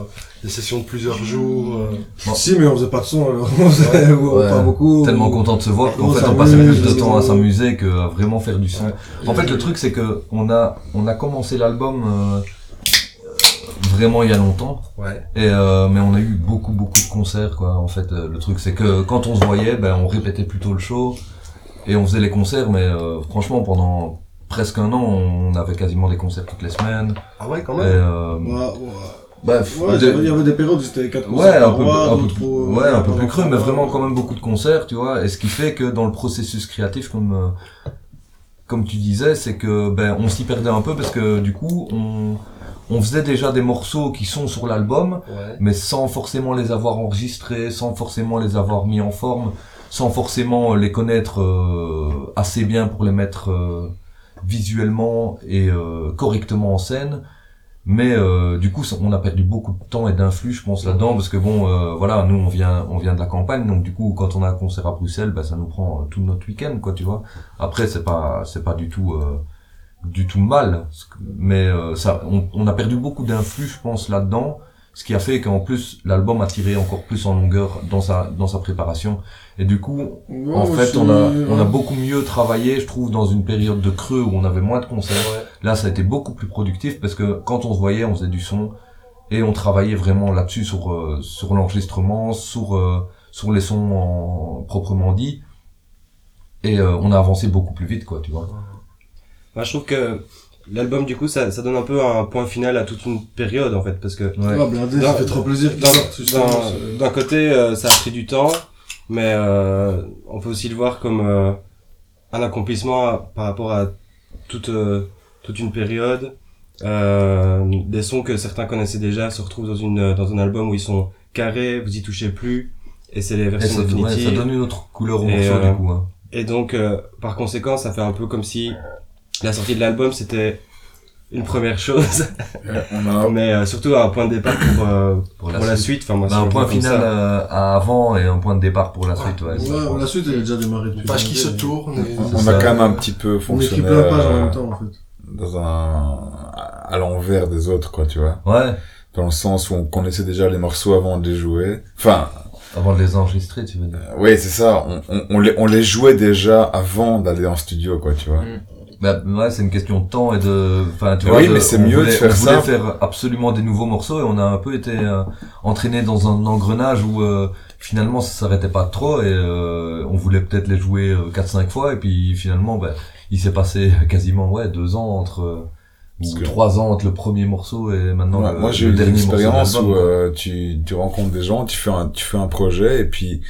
Speaker 1: des sessions de plusieurs jours. euh.
Speaker 5: Si, mais on faisait pas de son alors. On faisait ou
Speaker 7: Ouais.
Speaker 5: pas beaucoup.
Speaker 7: Tellement
Speaker 5: ou-
Speaker 7: content de se voir qu'en
Speaker 5: on
Speaker 7: fait on
Speaker 5: s'amuse,
Speaker 7: passait plus de
Speaker 5: on-
Speaker 7: temps à s'amuser qu'à vraiment faire du son.
Speaker 5: Ouais.
Speaker 7: En fait le truc c'est que on a on a commencé l'album euh, euh, vraiment il y a longtemps
Speaker 1: Ouais.
Speaker 7: et euh, mais on a eu beaucoup beaucoup de concerts quoi en fait euh, le truc c'est que quand on se voyait ben on répétait plutôt le show et on faisait les concerts mais euh, franchement pendant presque un an on avait quasiment des concerts toutes les semaines
Speaker 1: Ah ouais, quand
Speaker 7: et,
Speaker 1: même.
Speaker 7: euh,
Speaker 5: Ouais, Bah, ouais.
Speaker 7: bref
Speaker 5: Ouais,
Speaker 7: de-
Speaker 5: il y avait des périodes où c'était 4
Speaker 7: Ouais, un peu, un peu,
Speaker 5: euh,
Speaker 7: ouais, un peu plus creux, mais vraiment quand même beaucoup de concerts, tu vois. Et ce qui fait que dans le processus créatif, comme euh, comme tu disais, c'est que ben on s'y perdait un peu parce que du coup on on faisait déjà des morceaux qui sont sur l'album,
Speaker 1: Ouais.
Speaker 7: mais sans forcément les avoir enregistrés, sans forcément les avoir mis en forme, sans forcément les connaître euh, assez bien pour les mettre euh, visuellement et euh, correctement en scène. Mais euh, du coup, ça- on a perdu beaucoup de temps et d'influx, je pense, là-dedans, parce que bon, euh, voilà, nous on vient, on vient de la campagne, donc du coup, quand on a un concert à Bruxelles, bah, ça nous prend euh, tout notre week-end, quoi, tu vois. Après, c'est pas, c'est pas du tout, euh, du tout mal, parce que- mais euh, ça, on, on a perdu beaucoup d'influx, je pense, là-dedans, ce qui a fait qu'en plus l'album a tiré encore plus en longueur dans sa dans sa préparation et du coup
Speaker 5: Oh,
Speaker 7: en fait on a on a beaucoup mieux travaillé je trouve dans une période de creux où on avait moins de concerts là ça a été beaucoup plus productif parce que quand on se voyait on faisait du son et on travaillait vraiment là-dessus sur euh, sur l'enregistrement sur euh, sur les sons en- proprement dit et euh, on a avancé beaucoup plus vite quoi tu vois
Speaker 6: Moi, je trouve que l'album, du coup, ça, ça donne un peu un point final à toute une période, en fait, parce que
Speaker 7: Ouais.
Speaker 5: Ah, blindé, ça
Speaker 6: Dans-
Speaker 5: fait trop plaisir qu'ils
Speaker 6: D'un-
Speaker 5: sortent, justement.
Speaker 6: d'un-
Speaker 5: ce-
Speaker 6: D'un côté, euh, ça a pris du temps, mais euh, on peut aussi le voir comme euh, un accomplissement à- par rapport à toute, euh, toute une période. Euh, des sons que certains connaissaient déjà se retrouvent dans, une, dans un album où ils sont carrés, vous y touchez plus, et c'est les
Speaker 7: et
Speaker 6: versions
Speaker 7: ça, ouais,
Speaker 6: définitives.
Speaker 7: ça donne une autre couleur au
Speaker 6: Et,
Speaker 7: morceau
Speaker 6: euh,
Speaker 7: du coup hein.
Speaker 6: Et donc, euh, par conséquent, ça fait un peu comme si la sortie de l'album, c'était une première chose,
Speaker 4: Euh, on
Speaker 7: Ah.
Speaker 4: a
Speaker 6: mais euh, surtout un point de départ pour, euh,
Speaker 7: pour
Speaker 6: pour
Speaker 7: la
Speaker 6: la
Speaker 7: suite.
Speaker 6: suite. Enfin, moi,
Speaker 7: Bah,
Speaker 6: si
Speaker 7: un
Speaker 6: je
Speaker 7: point
Speaker 6: vois comme
Speaker 7: final
Speaker 6: ça.
Speaker 7: euh, à avant et un point de départ pour la suite. Ouais, c'est ça, je
Speaker 5: Ouais,
Speaker 7: pense.
Speaker 5: la suite, elle est déjà démarrée depuis.
Speaker 1: Une page qui se
Speaker 5: longtemps.
Speaker 1: tourne. et-
Speaker 4: on a quand même un petit peu
Speaker 5: On écrit
Speaker 4: fonctionné
Speaker 5: plein de pages en
Speaker 4: euh,
Speaker 5: même temps, en fait.
Speaker 4: dans un à l'envers des autres quoi tu vois
Speaker 7: Ouais,
Speaker 4: dans le sens où on connaissait déjà les morceaux avant de les jouer enfin
Speaker 7: avant de les enregistrer, tu veux dire.
Speaker 4: euh, ouais c'est ça on, on, on les on les jouait déjà avant d'aller en studio quoi tu vois
Speaker 7: Bah, ouais, c'est une question de temps et de. Enfin, tu
Speaker 4: Mais
Speaker 7: vois,
Speaker 4: oui,
Speaker 7: de-
Speaker 4: mais c'est
Speaker 7: on
Speaker 4: mieux de
Speaker 7: voulait-
Speaker 4: faire
Speaker 7: on voulait
Speaker 4: ça.
Speaker 7: faire absolument des nouveaux morceaux et on a un peu été euh, entraîné dans un engrenage où euh, finalement ça s'arrêtait pas trop et euh, on voulait peut-être les jouer euh, 4-5 fois et puis finalement, bah, il s'est passé [laughs] quasiment ouais deux ans entre euh,
Speaker 4: Parce
Speaker 7: ou
Speaker 4: que-
Speaker 7: trois ans entre le premier morceau et maintenant
Speaker 4: Ouais,
Speaker 7: le,
Speaker 4: moi j'ai
Speaker 7: le
Speaker 4: eu
Speaker 7: dernier
Speaker 4: l'expérience
Speaker 7: morceau de
Speaker 4: où
Speaker 7: l'album.
Speaker 4: euh, tu, tu rencontres des gens, tu fais un tu fais un projet et puis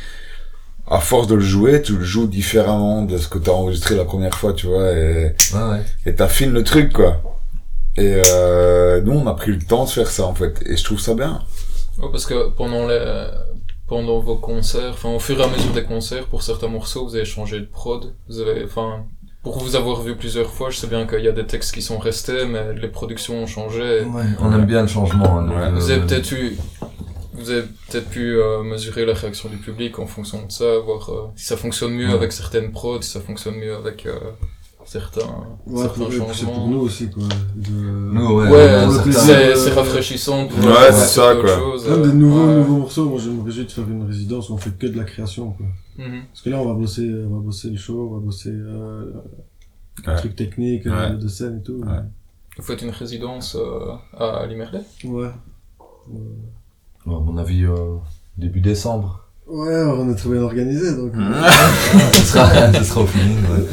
Speaker 4: à force de le jouer, tu le joues différemment de ce que t'as enregistré la première fois, tu vois, et
Speaker 7: Ouais, ouais.
Speaker 4: et t'affines le truc quoi. Et euh, nous on a pris le temps de faire ça en fait, et je trouve ça bien.
Speaker 2: Ouais, parce que pendant les, pendant vos concerts, enfin, au fur et à mesure des concerts, pour certains morceaux, vous avez changé de prod. Vous avez, enfin, pour vous avoir vu plusieurs fois, je sais bien qu'il y a des textes qui sont restés, mais les productions ont changé.
Speaker 7: Ouais, on aime bien le changement. hein, donc,
Speaker 4: Ouais.
Speaker 7: euh,
Speaker 2: Vous avez peut-être eu, vous avez peut-être pu euh, mesurer la réaction du public en fonction de ça, voir euh, si ça fonctionne mieux
Speaker 7: Ouais.
Speaker 2: avec certaines prods, si ça fonctionne mieux avec euh, certains,
Speaker 5: Ouais,
Speaker 2: certains
Speaker 5: pour, et puis c'est
Speaker 2: changements.
Speaker 5: pour nous aussi, quoi. De...
Speaker 7: Nous, ouais,
Speaker 2: Ouais,
Speaker 7: on a
Speaker 5: pour
Speaker 2: c'est-
Speaker 5: le
Speaker 7: certains-
Speaker 5: plaisir.
Speaker 2: c'est
Speaker 5: euh,
Speaker 2: c'est rafraîchissant. de
Speaker 4: Ouais,
Speaker 2: voir
Speaker 4: c'est
Speaker 2: passer
Speaker 4: ça,
Speaker 2: à autre
Speaker 4: quoi.
Speaker 2: chose,
Speaker 5: Même
Speaker 2: euh,
Speaker 5: des nouveaux,
Speaker 2: ouais.
Speaker 5: nouveaux morceaux, moi je me réjouis de faire une résidence où on fait que de la création, quoi.
Speaker 2: Mhm.
Speaker 5: Parce que là, on va bosser, on va bosser le show, on va bosser euh,
Speaker 4: Ouais.
Speaker 5: les trucs techniques, euh,
Speaker 4: Ouais.
Speaker 5: de scène et tout.
Speaker 4: Ouais.
Speaker 2: Vous faites une résidence euh, à Limerley
Speaker 5: Ouais.
Speaker 7: Ouais, à mon avis, euh, début décembre.
Speaker 5: Ouais, on est très bien organisé, donc.
Speaker 7: [laughs]
Speaker 5: euh,
Speaker 7: ce sera, ce sera au feeling. ouais.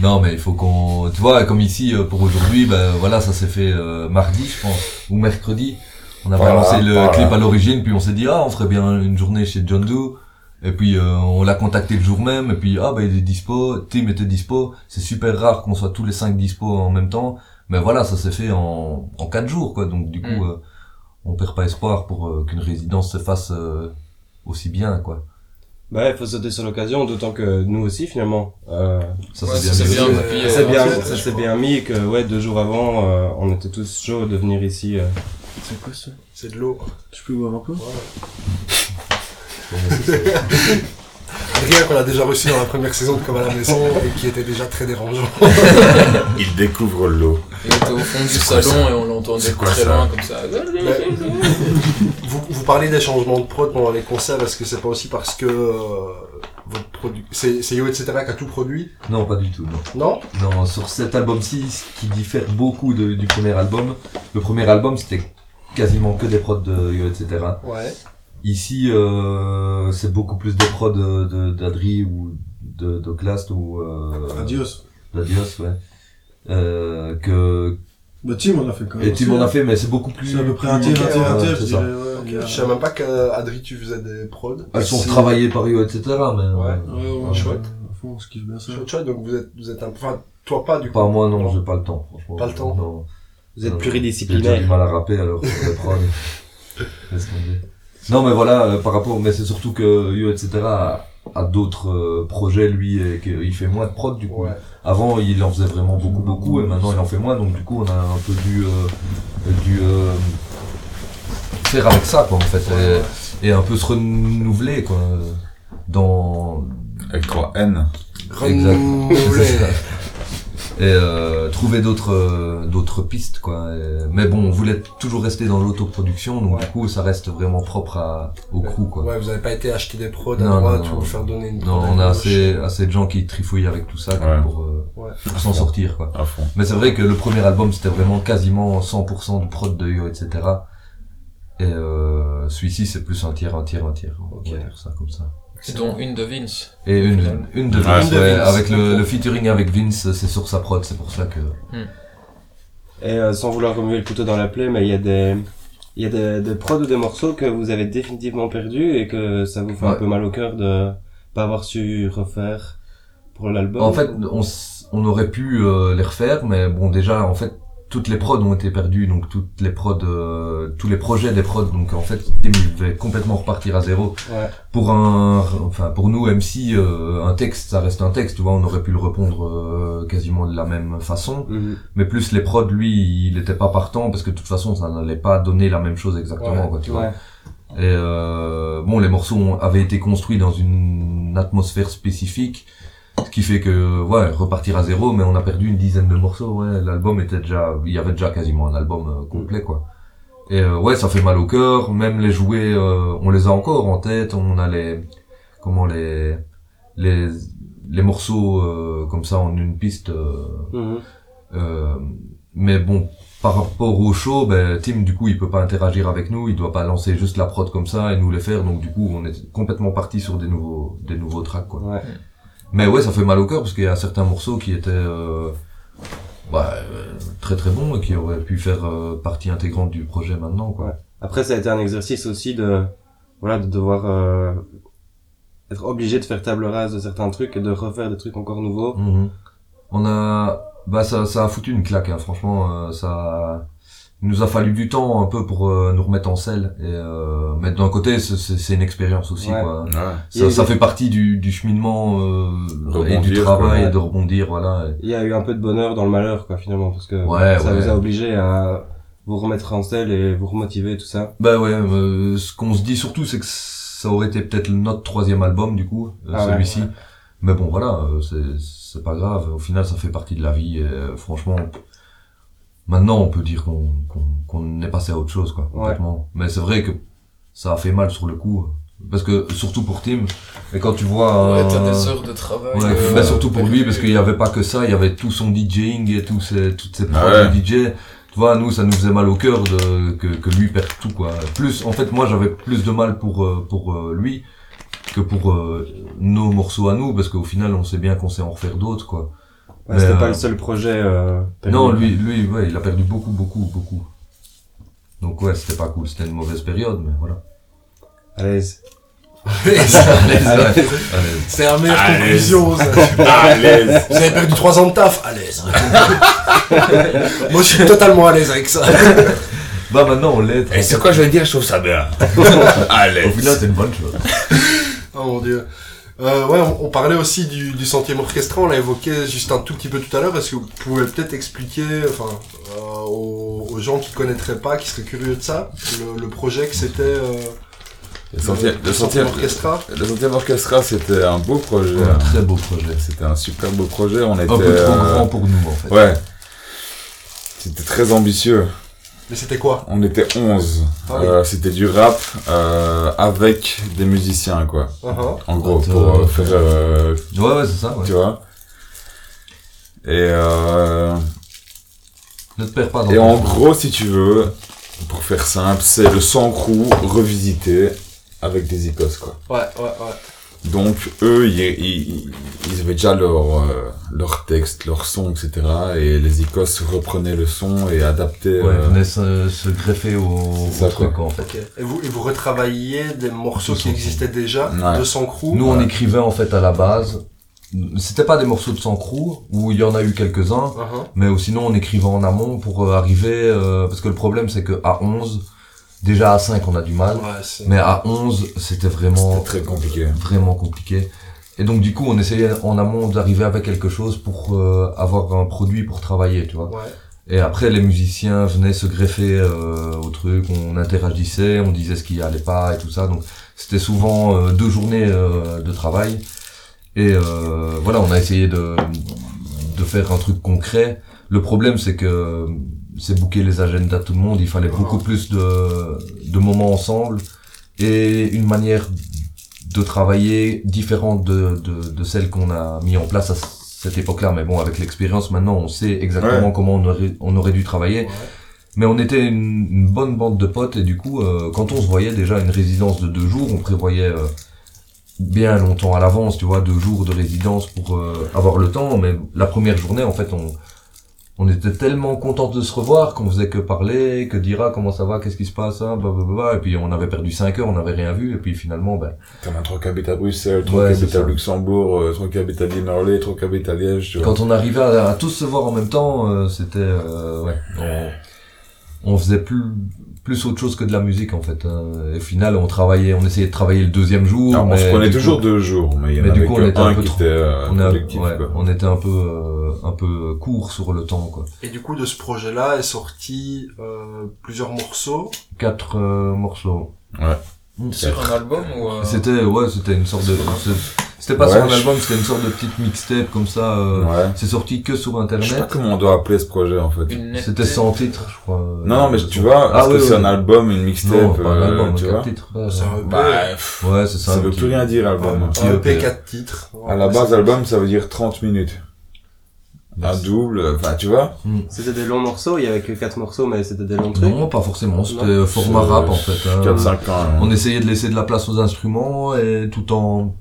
Speaker 7: Non, mais il faut qu'on, tu vois, comme ici euh, pour aujourd'hui, ben voilà, ça s'est fait euh, mardi, je pense, ou mercredi. On a
Speaker 4: Voilà,
Speaker 7: balancé le
Speaker 4: voilà.
Speaker 7: clip à l'origine, puis on s'est dit ah, on ferait bien une journée chez John Doe. Et puis euh, on l'a contacté le jour même, et puis ah ben il est dispo, Tim était dispo. C'est super rare qu'on soit tous les cinq dispo en même temps, mais voilà, ça s'est fait en en quatre jours quoi. Donc du coup,
Speaker 2: Mm.
Speaker 7: euh, on perd pas espoir pour euh, qu'une résidence se fasse euh, aussi bien quoi.
Speaker 6: Bah, il faut sauter sur l'occasion, d'autant que nous aussi, finalement, euh,
Speaker 7: Ça
Speaker 2: Ouais,
Speaker 7: s'est
Speaker 2: ça s'est
Speaker 7: bien.
Speaker 2: bien
Speaker 7: passé.
Speaker 2: goupillé,
Speaker 1: euh,
Speaker 6: ça s'est
Speaker 2: ouais.
Speaker 6: bien,
Speaker 5: ouais,
Speaker 6: ça
Speaker 5: je
Speaker 6: s'est
Speaker 5: crois.
Speaker 6: bien mis que, ouais, deux jours avant, euh, on était tous chauds de venir ici. euh.
Speaker 5: C'est quoi ça
Speaker 1: C'est de l'eau.
Speaker 5: Je peux boire un peu
Speaker 1: Rien qu'on a déjà reçu dans la première saison de Comme à la maison et qui était déjà très dérangeant.
Speaker 4: Il découvre l'eau.
Speaker 2: Il était au fond du
Speaker 4: quoi
Speaker 2: salon et on l'entendait
Speaker 4: C'est quoi
Speaker 2: très
Speaker 4: ça
Speaker 2: loin comme ça.
Speaker 1: Mais vous, vous parlez des changements de prod pendant les concerts, est-ce que c'est pas aussi parce que euh, votre produit, c'est c'est Yo etc qui a tout produit
Speaker 7: Non, pas du tout. Non.
Speaker 1: Non
Speaker 7: Non, sur cet album-ci, ce qui diffère beaucoup de- du premier album, le premier album c'était quasiment que des prods de Yo, etc.
Speaker 1: Ouais.
Speaker 7: Ici, euh, c'est beaucoup plus des prods de- de- d'Adri ou de d'Oglast ou euh,
Speaker 5: Adios.
Speaker 7: d'Adios, ouais. Euh, que
Speaker 5: Bah, Tim, on a fait quand même.
Speaker 7: et tu
Speaker 5: aussi,
Speaker 7: m'en as
Speaker 5: hein.
Speaker 7: fait, mais c'est beaucoup plus.
Speaker 5: C'est à peu près un
Speaker 7: plus-
Speaker 5: tiers, un tiers, un
Speaker 7: ouais,
Speaker 5: tiers,
Speaker 7: c'est
Speaker 5: je
Speaker 7: ça.
Speaker 5: dirais. Ouais, il y a-
Speaker 1: Je savais même pas qu'Adri tu faisais des prods.
Speaker 7: Elles Ah, sont
Speaker 5: C'est-
Speaker 7: retravaillées par Yo, etc. Mais euh,
Speaker 1: Ouais.
Speaker 5: Ouais, ouais,
Speaker 7: Ouais.
Speaker 1: Chouette.
Speaker 5: Au fond, on se kiffe bien ça.
Speaker 1: Chouette, chouette, donc vous êtes, vous êtes un, enfin, toi pas du coup.
Speaker 7: pas moi, non, j'ai pas le temps. franchement.
Speaker 1: Pas le temps.
Speaker 6: Vous êtes
Speaker 7: Non. Non. J'ai déjà du
Speaker 6: pluridisciplinaires.
Speaker 7: mal à rapper alors sur
Speaker 1: [laughs]
Speaker 7: le prod. Laisse tomber. Non mais voilà, euh, par rapport, mais c'est surtout que Yo etc a, a d'autres euh, projets lui et qu'il fait moins de prod du coup.
Speaker 1: Ouais.
Speaker 7: Avant il en faisait vraiment beaucoup beaucoup et maintenant il en fait moins donc du coup on a un peu dû, euh, dû euh, faire avec ça quoi en fait et, et un peu se renouveler quoi euh, dans
Speaker 4: Avec 3 N.
Speaker 7: Exact.
Speaker 1: Renouvelé.
Speaker 7: C'est ça. et euh, trouver d'autres euh, d'autres pistes quoi Et- mais bon on voulait toujours rester dans l'autoproduction donc
Speaker 1: Ouais.
Speaker 7: du coup ça reste vraiment propre à, au crew quoi
Speaker 1: Ouais, vous avez pas été acheter des prods à
Speaker 7: Non,
Speaker 1: droite
Speaker 7: non,
Speaker 1: ou
Speaker 7: non.
Speaker 1: faire donner une
Speaker 7: non
Speaker 1: prod à
Speaker 7: on a
Speaker 1: gauche.
Speaker 7: assez assez de gens qui trifouillent avec tout ça quoi,
Speaker 4: Ouais.
Speaker 7: pour, euh,
Speaker 1: Ouais.
Speaker 7: pour s'en sortir quoi
Speaker 4: À fond.
Speaker 7: mais c'est vrai que le premier album c'était vraiment quasiment 100% de prod de Yo etc et euh, celui-ci c'est plus un tiers un tiers un tiers on va
Speaker 1: Ok.
Speaker 7: dire ça comme ça
Speaker 2: C'est dont une de Vince.
Speaker 7: Et une,
Speaker 2: Final.
Speaker 7: une de
Speaker 4: Ouais.
Speaker 7: Vince,
Speaker 1: Une de
Speaker 7: ouais,
Speaker 1: Vince.
Speaker 7: avec le, le featuring avec Vince, c'est sur sa prod, c'est pour ça que...
Speaker 6: Et euh, sans vouloir remuer le couteau dans la plaie, mais il y a des, il y a des, des prods ou des morceaux que vous avez définitivement perdus et que ça vous fait un
Speaker 7: Ouais.
Speaker 6: peu mal au cœur de pas avoir su refaire pour l'album.
Speaker 7: Bah, En fait, on, s- on aurait pu euh, les refaire, mais bon, déjà, en fait, toutes les prods ont été perdues, donc toutes les prods, euh, tous les projets des prods, donc en fait, Tim devait complètement repartir à zéro.
Speaker 5: Ouais.
Speaker 7: Pour un, enfin, pour nous, MC, euh, un texte, ça reste un texte, tu vois, on aurait pu le répondre euh, quasiment de la même façon,
Speaker 6: Mhm.
Speaker 7: mais plus les prods, lui, il était pas partant parce que de toute façon, ça n'allait pas donner la même chose exactement, quoi, tu vois.
Speaker 5: Ouais.
Speaker 7: Et euh, bon, les morceaux ont- avaient été construits dans une atmosphère spécifique, ce qui fait que ouais, repartir à zéro, mais on a perdu une dizaine de morceaux. Ouais, l'album était déjà, il y avait déjà quasiment un album euh, complet quoi. Et euh, ouais, ça fait mal au cœur. Même les jouets, euh, on les a encore en tête. On a les comment les les les morceaux euh, comme ça en une piste. euh, euh, mais bon, par rapport au show, ben, Tim, du coup, il peut pas interagir avec nous, il doit pas lancer juste la prod comme ça et nous les faire, donc du coup, on est complètement parti sur des nouveaux, des nouveaux tracks, quoi.
Speaker 5: Ouais.
Speaker 7: Mais ouais, ça fait mal au cœur, parce qu'il y a certains morceaux qui étaient, euh, bah, euh, très très bons et qui auraient pu faire euh, partie intégrante du projet maintenant, quoi.
Speaker 6: Après, ça a été un exercice aussi de, voilà, de devoir euh, être obligé de faire table rase de certains trucs et de refaire des trucs encore nouveaux.
Speaker 7: Mhm. On a, bah ça, ça a foutu une claque. hein. Franchement, euh, ça il nous a fallu du temps un peu pour euh, nous remettre en selle. Et euh, mais d'un côté, c'est- c'est c'est une expérience aussi.
Speaker 6: Ouais.
Speaker 7: Quoi.
Speaker 6: Il y a
Speaker 7: Ça,
Speaker 6: eu
Speaker 7: ça
Speaker 6: des-
Speaker 7: fait partie du, du cheminement euh, et du
Speaker 4: Rebondir,
Speaker 7: travail
Speaker 6: quoi.
Speaker 7: et de rebondir, voilà. Et-
Speaker 6: Il y a eu un peu de bonheur dans le malheur, quoi, finalement, parce que
Speaker 7: Ouais,
Speaker 6: ça
Speaker 7: ouais.
Speaker 6: vous a obligé à vous remettre en selle et vous remotiver, tout ça.
Speaker 7: Bah ouais, euh, ce qu'on se dit surtout, c'est que ça aurait été peut-être notre troisième album, du coup, euh,
Speaker 6: Ah ouais,
Speaker 7: celui-ci. Mais bon, voilà, euh, c'est c'est pas grave. Au final, ça fait partie de la vie. Et, euh, franchement, maintenant, on peut dire qu'on qu'on- qu'on est passé à autre chose, quoi, complètement. Mais c'est vrai que ça a fait mal sur le coup. Parce que, surtout pour Tim, et quand tu vois...
Speaker 2: Ouais,
Speaker 7: un-
Speaker 2: t'as des heures de travail.
Speaker 7: Oh. Ouais,
Speaker 2: euh,
Speaker 7: bah, surtout pour lui, parce qu'il
Speaker 2: perdu.
Speaker 7: n'y avait pas que ça, il y avait tout son DJing et tout ses, toutes ses
Speaker 4: Ah
Speaker 7: prods
Speaker 4: ouais.
Speaker 7: de DJ. Tu vois, nous, ça nous faisait mal au cœur de, que, que lui perde tout, quoi. Plus, en fait, moi, j'avais plus de mal pour, euh, pour euh, lui que pour euh, nos morceaux à nous, parce qu'au final, on sait bien qu'on sait en refaire d'autres, quoi.
Speaker 6: Ouais,
Speaker 7: Mais,
Speaker 6: c'était
Speaker 7: euh,
Speaker 6: pas le seul projet. euh, perdu.
Speaker 7: Non, lui, lui, ouais, il a perdu beaucoup, beaucoup, beaucoup. Donc, ouais, c'était pas cool, c'était une mauvaise période, mais
Speaker 4: [laughs]
Speaker 7: voilà.
Speaker 6: À l'aise.
Speaker 7: Allez, allez.
Speaker 1: C'est la meilleure
Speaker 4: Allez.
Speaker 1: conclusion. ça.
Speaker 4: [laughs] À l'aise.
Speaker 1: Vous avez perdu 3 ans de taf À
Speaker 7: [laughs]
Speaker 1: l'aise. Moi, je suis totalement à l'aise avec ça.
Speaker 7: Bah, maintenant, on l'est.
Speaker 4: Et c'est quoi je vais dire Je trouve ça [laughs] bien. À
Speaker 7: Au final,
Speaker 4: l'aise.
Speaker 7: c'est une bonne chose.
Speaker 1: Oh mon dieu. Euh, ouais, on, on parlait aussi du, du centième orchestral, on l'a évoqué juste un tout petit peu tout à l'heure, est-ce que vous pouvez peut-être expliquer enfin, euh, aux, aux gens qui connaîtraient pas, qui seraient curieux de ça, le, le projet que c'était euh,
Speaker 4: Le centième, le centième,
Speaker 1: orchestral
Speaker 4: le centième orchestra, c'était un beau projet.
Speaker 7: Un
Speaker 4: hein.
Speaker 7: très beau projet.
Speaker 4: C'était un super beau projet. On était
Speaker 7: Un peu trop
Speaker 4: euh,
Speaker 7: grand pour nous, en fait.
Speaker 4: Ouais. C'était très ambitieux.
Speaker 1: Mais c'était quoi
Speaker 4: On était 11.
Speaker 1: Ah oui.
Speaker 4: Euh, c'était du rap euh, avec des musiciens, quoi.
Speaker 1: Uh-huh.
Speaker 4: En gros,
Speaker 7: Attends.
Speaker 4: pour euh, faire... euh,
Speaker 7: Ouais, ouais, c'est ça, ouais.
Speaker 4: tu vois et, euh,
Speaker 7: Ne te perds pas dans
Speaker 4: et
Speaker 7: ton
Speaker 4: en
Speaker 7: jeu.
Speaker 4: gros, si tu veux, pour faire simple, c'est le sang crew revisité avec des icos, quoi.
Speaker 1: Ouais, ouais, ouais.
Speaker 4: Donc eux, ils, ils, ils avaient déjà leur, euh, leur texte, leur son, etc. Et les Icos reprenaient le son et adaptaient.
Speaker 7: Ouais,
Speaker 4: euh,
Speaker 7: venait se, se greffer au,
Speaker 4: C'est ça,
Speaker 7: au truc, quoi, en fait.
Speaker 1: Ok. Et vous, et vous retravailliez des morceaux qui existaient déjà,
Speaker 4: Ouais.
Speaker 1: de son crew
Speaker 7: Nous, on écrivait, en fait, à la base. C'était pas des morceaux de Sancrou, où il y en a eu quelques-uns,
Speaker 1: Uh-huh.
Speaker 7: mais ou sinon on écrivait en amont pour euh, arriver, euh, parce que le problème c'est que à 11, déjà à 5 on a du mal,
Speaker 1: Ouais, c'est...
Speaker 7: mais à 11 c'était vraiment
Speaker 4: C'était très compliqué.
Speaker 7: vraiment compliqué. Et donc du coup on essayait en amont d'arriver avec quelque chose pour euh, avoir un produit pour travailler, tu vois.
Speaker 1: Ouais.
Speaker 7: Et après, les musiciens venaient se greffer euh, au truc, on interagissait, on disait ce qui allait pas et tout ça. Donc, c'était souvent euh, deux journées euh, de travail. Et euh, voilà, on a essayé de, de faire un truc concret. Le problème, c'est que c'est bouquer les agendas de tout le monde. Il fallait beaucoup plus de, de moments ensemble et une manière de travailler différente de, de, de celle qu'on a mis en place à cette époque-là. Mais bon, avec l'expérience, maintenant, on sait exactement comment on aurait, on aurait dû travailler. Mais on était une, une bonne bande de potes et du coup, euh, quand on se voyait déjà à une résidence de deux jours, on prévoyait euh, bien longtemps à l'avance, tu vois, deux jours de résidence pour euh, avoir le temps. Mais la première journée, en fait, on on était tellement contente de se revoir qu'on faisait que parler, que dire ah comment ça va, qu'est-ce qui se passe, hein, blablabla. Et puis on avait perdu 5 heures, on n'avait rien vu. Et puis finalement, ben
Speaker 4: T'en as trois qui habitent à Bruxelles, trois
Speaker 7: Ouais,
Speaker 4: qui
Speaker 7: c'est
Speaker 4: habitent à
Speaker 7: ça.
Speaker 4: Luxembourg, euh, trois qui habitent à Limerlé, trois qui habitent à Liège, tu vois.
Speaker 7: Quand on arrivait à, à tous se voir en même temps, euh, c'était euh, ouais, on, on faisait plus plus autre chose que de la musique en fait. hein. Et au final, on travaillait, on essayait de travailler le deuxième jour.
Speaker 4: Alors, Ah, on
Speaker 7: mais
Speaker 4: se prenait
Speaker 7: du coup,
Speaker 4: toujours deux jours, mais il y en
Speaker 7: mais du
Speaker 4: avait
Speaker 7: coup,
Speaker 4: que
Speaker 7: on était un
Speaker 4: un
Speaker 7: peu
Speaker 4: qui
Speaker 7: trop-
Speaker 4: était euh,
Speaker 7: on, a-
Speaker 4: collectif,
Speaker 7: ouais,
Speaker 4: quoi.
Speaker 7: on était un peu euh, un peu court sur le temps quoi.
Speaker 1: Et du coup, de ce projet-là est sorti euh, plusieurs morceaux.
Speaker 7: Quatre euh, morceaux.
Speaker 2: Sur un album ou euh,
Speaker 7: C'était ouais, c'était une sorte de c'est- c'était pas
Speaker 4: Ouais,
Speaker 7: sur un
Speaker 4: je-
Speaker 7: album, c'était une sorte de petite mixtape comme ça. euh,
Speaker 4: Ouais.
Speaker 7: C'est sorti que sur
Speaker 4: Je sais pas
Speaker 7: internet.
Speaker 4: comment on doit appeler ce projet, en fait.
Speaker 2: une
Speaker 7: C'était
Speaker 2: nette-
Speaker 7: sans titre, je crois. euh,
Speaker 4: Non, non, mais tu vois,
Speaker 7: Ah
Speaker 4: parce
Speaker 7: oui,
Speaker 4: que c'est
Speaker 7: oui.
Speaker 4: un album, une mixtape,
Speaker 7: Non, pas un
Speaker 4: euh,
Speaker 7: album,
Speaker 4: tu
Speaker 7: quatre
Speaker 4: vois.
Speaker 7: titres.
Speaker 1: C'est un EP.
Speaker 4: Bah, pff,
Speaker 7: Ouais, c'est ça.
Speaker 4: ça
Speaker 7: un
Speaker 4: veut
Speaker 7: petit-
Speaker 4: plus rien dire, album. hein.
Speaker 7: petit E
Speaker 1: un
Speaker 7: EP.
Speaker 1: EP 4 titres.
Speaker 4: À la
Speaker 1: Ouais,
Speaker 4: base,
Speaker 1: c'est-
Speaker 4: album, ça veut dire 30 minutes. Un
Speaker 7: Yes.
Speaker 4: double, euh, enfin, tu vois.
Speaker 6: C'était des longs morceaux, il y avait que 4 morceaux, mais c'était des longs trucs.
Speaker 7: Non, pas forcément. C'était
Speaker 6: Non.
Speaker 7: euh, format
Speaker 4: C'est-
Speaker 7: rap en fait. hein.
Speaker 4: 4-5 ans. hein.
Speaker 7: On essayait de laisser de la place aux instruments et tout en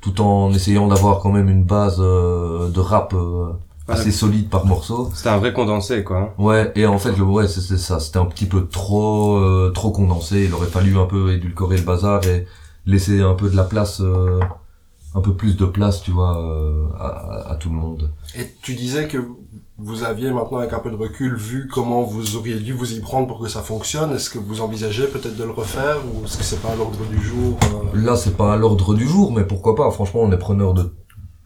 Speaker 7: tout en essayant d'avoir quand même une base euh, de rap euh, assez solide par morceau.
Speaker 6: C'était un vrai condensé, quoi. hein.
Speaker 7: Ouais, et en fait le ouais c'est c'est ça. C'était un petit peu trop euh, trop condensé. Il aurait fallu un peu édulcorer le bazar et laisser un peu de la place. euh, un peu plus de place, tu vois, euh, à, à tout le monde.
Speaker 1: Et tu disais que vous aviez maintenant, avec un peu de recul, vu comment vous auriez dû vous y prendre pour que ça fonctionne. Est-ce que vous envisagez peut-être de le refaire ou est-ce que c'est pas à l'ordre du jour euh,
Speaker 7: Là, c'est pas à l'ordre du jour, mais pourquoi pas Franchement, on est preneur de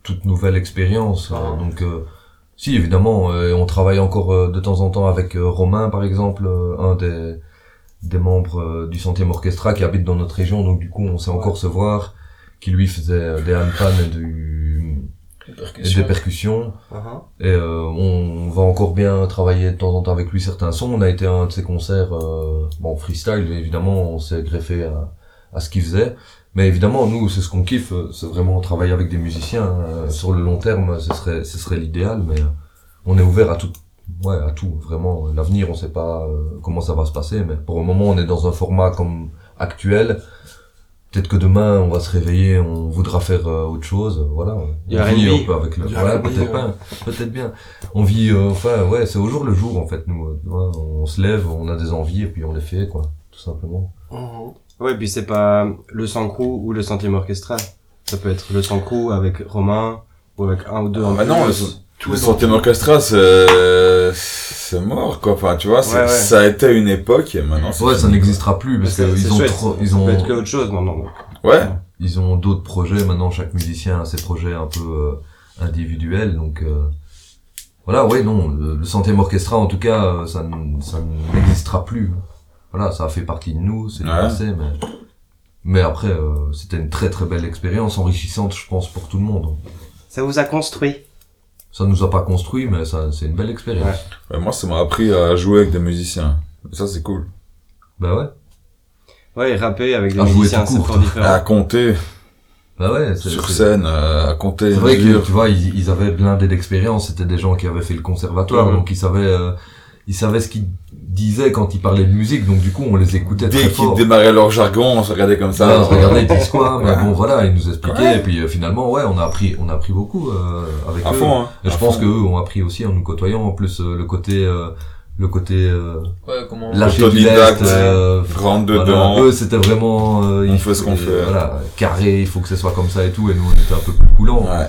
Speaker 7: toute nouvelle expérience. hein, donc, euh, si évidemment, euh, on travaille encore euh, de temps en temps avec euh, Romain, par exemple, euh, un des des membres euh, du Centième Orchestra qui habite dans notre région. Donc, du coup, on sait encore se voir. Qui lui faisait euh, des handpans et, du, et des
Speaker 2: percussion.
Speaker 7: percussions.
Speaker 1: hein
Speaker 7: Et euh, on va encore bien travailler de temps en temps avec lui certains sons. On a été à un de ses concerts, euh, bon freestyle évidemment, on s'est greffé à, à ce qu'il faisait. Mais évidemment, nous, c'est ce qu'on kiffe, euh, c'est vraiment travailler avec des musiciens euh, sur le long terme. Ce serait, ce serait l'idéal, mais euh, on est ouvert à tout, ouais, à tout vraiment. L'avenir, on sait pas euh, comment ça va se passer, mais pour le moment, on est dans un format comme actuel. Peut-être que demain, on va se réveiller, on voudra faire euh, autre chose, voilà.
Speaker 6: Du
Speaker 7: On vit
Speaker 6: R&B.
Speaker 7: un peu avec le,
Speaker 1: Du
Speaker 7: ouais,
Speaker 1: R&B,
Speaker 7: Ah, peut-être
Speaker 1: ouais.
Speaker 7: pas, peut-être bien. On vit, euh, enfin, ouais, c'est au jour le jour en fait. Nous, euh, tu vois, on se lève, on a des envies et puis on les fait, quoi, tout simplement.
Speaker 4: Euh,
Speaker 1: Mhm.
Speaker 6: Ouais, puis c'est pas le sang crew ou le centième orchestra. Ça peut être le sang crew avec Romain, ou avec un ou deux
Speaker 1: Oh,
Speaker 6: en
Speaker 4: Ah bah non, le-
Speaker 6: plus.
Speaker 4: Tout le centième orchestra, c'est c'est mort, quoi. Enfin, tu vois, c'est-
Speaker 6: Ouais, ouais.
Speaker 4: ça a été une époque, et maintenant, c'est
Speaker 7: Ouais, ça
Speaker 4: fini.
Speaker 7: n'existera plus parce
Speaker 6: Mais Bah, c'est- c'est
Speaker 7: qu'ils ont
Speaker 6: chouette.
Speaker 7: trop, ils
Speaker 6: Ça
Speaker 7: ont,
Speaker 6: peut être que autre chose, non, non, non.
Speaker 4: Ouais.
Speaker 7: ils ont d'autres projets maintenant chaque musicien a ses projets un peu euh, individuels donc euh, voilà ouais non le, le centième orchestra en tout cas euh, ça n- ça n'existera plus voilà ça a fait partie de nous c'est du
Speaker 4: Ouais.
Speaker 7: passé mais mais après euh, c'était une très très belle expérience enrichissante je pense pour tout le monde
Speaker 6: Ça vous a construit.
Speaker 7: ça nous a pas construit mais ça c'est une belle expérience
Speaker 4: Ouais, Moi, ça m'a appris à jouer avec des musiciens. Et ça, c'est cool.
Speaker 7: bah ouais
Speaker 6: Ouais, et rapper avec des
Speaker 7: Ah, jouer
Speaker 6: musiciens,
Speaker 7: tout
Speaker 6: c'est
Speaker 7: court.
Speaker 6: fort [laughs] différent.
Speaker 4: À compter
Speaker 7: bah ouais c'est-
Speaker 4: sur
Speaker 7: c'est-
Speaker 4: scène, euh, à compter les
Speaker 7: C'est vrai que
Speaker 4: mesures.
Speaker 7: tu vois, ils, ils avaient blindé d'expérience. C'était des gens qui avaient fait le conservatoire,
Speaker 6: Ouais.
Speaker 7: donc ils savaient, euh, ils savaient ce qu'ils disaient quand ils parlaient de musique. Donc du coup, on les écoutait très
Speaker 4: Dès qu'ils
Speaker 7: fort.
Speaker 4: démarraient leur jargon, on se regardait comme ça.
Speaker 7: Ouais, on se regardait, ils disent quoi, mais
Speaker 4: Ouais.
Speaker 7: bon voilà, ils nous expliquaient. Et puis euh, finalement, ouais, on a appris, on a appris beaucoup euh, avec
Speaker 4: À
Speaker 7: eux.
Speaker 4: fond, hein.
Speaker 7: Et je
Speaker 4: À
Speaker 7: pense
Speaker 4: fond.
Speaker 7: que eux ont appris aussi en nous côtoyant. En plus, euh, le côté, euh, le côté euh,
Speaker 2: Ouais, comment
Speaker 7: lâcher du
Speaker 4: Autodidacte,
Speaker 7: lest, euh,
Speaker 4: Rentre
Speaker 7: voilà.
Speaker 4: dedans.
Speaker 7: Eux, c'était vraiment. euh,
Speaker 4: On
Speaker 7: il
Speaker 4: fait
Speaker 7: faut-
Speaker 4: ce qu'on
Speaker 7: euh,
Speaker 4: fait.
Speaker 7: Voilà, carré, il faut que ce soit comme ça et tout. Et nous, on était un peu plus coulants
Speaker 4: Ouais.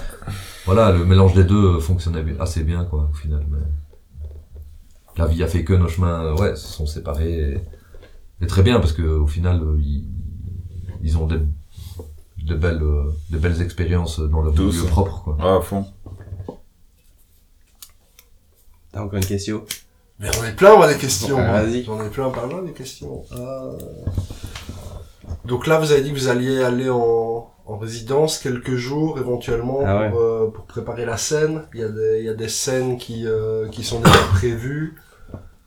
Speaker 7: voilà, le mélange des deux euh, fonctionnait bi- assez bien, quoi, au final. mais La vie a fait que nos chemins, euh, ouais, se sont séparés. Et, et très bien, parce que au final, euh, ils, ils ont des, des belles, euh, des belles expériences dans leur
Speaker 4: Tous.
Speaker 7: milieu propre, quoi.
Speaker 4: Ouais, à fond.
Speaker 6: T'as encore une question
Speaker 1: Mais on est plein, moi, des questions.
Speaker 6: Ouais,
Speaker 1: hein.
Speaker 6: vas-y.
Speaker 1: J'en ai plein, par là, des questions. Euh, Donc là, vous avez dit que vous alliez aller en, en résidence quelques jours, éventuellement,
Speaker 6: Ah ouais.
Speaker 1: pour, euh, pour préparer la scène. Il y a des, il y a des scènes qui, euh, qui sont déjà prévues.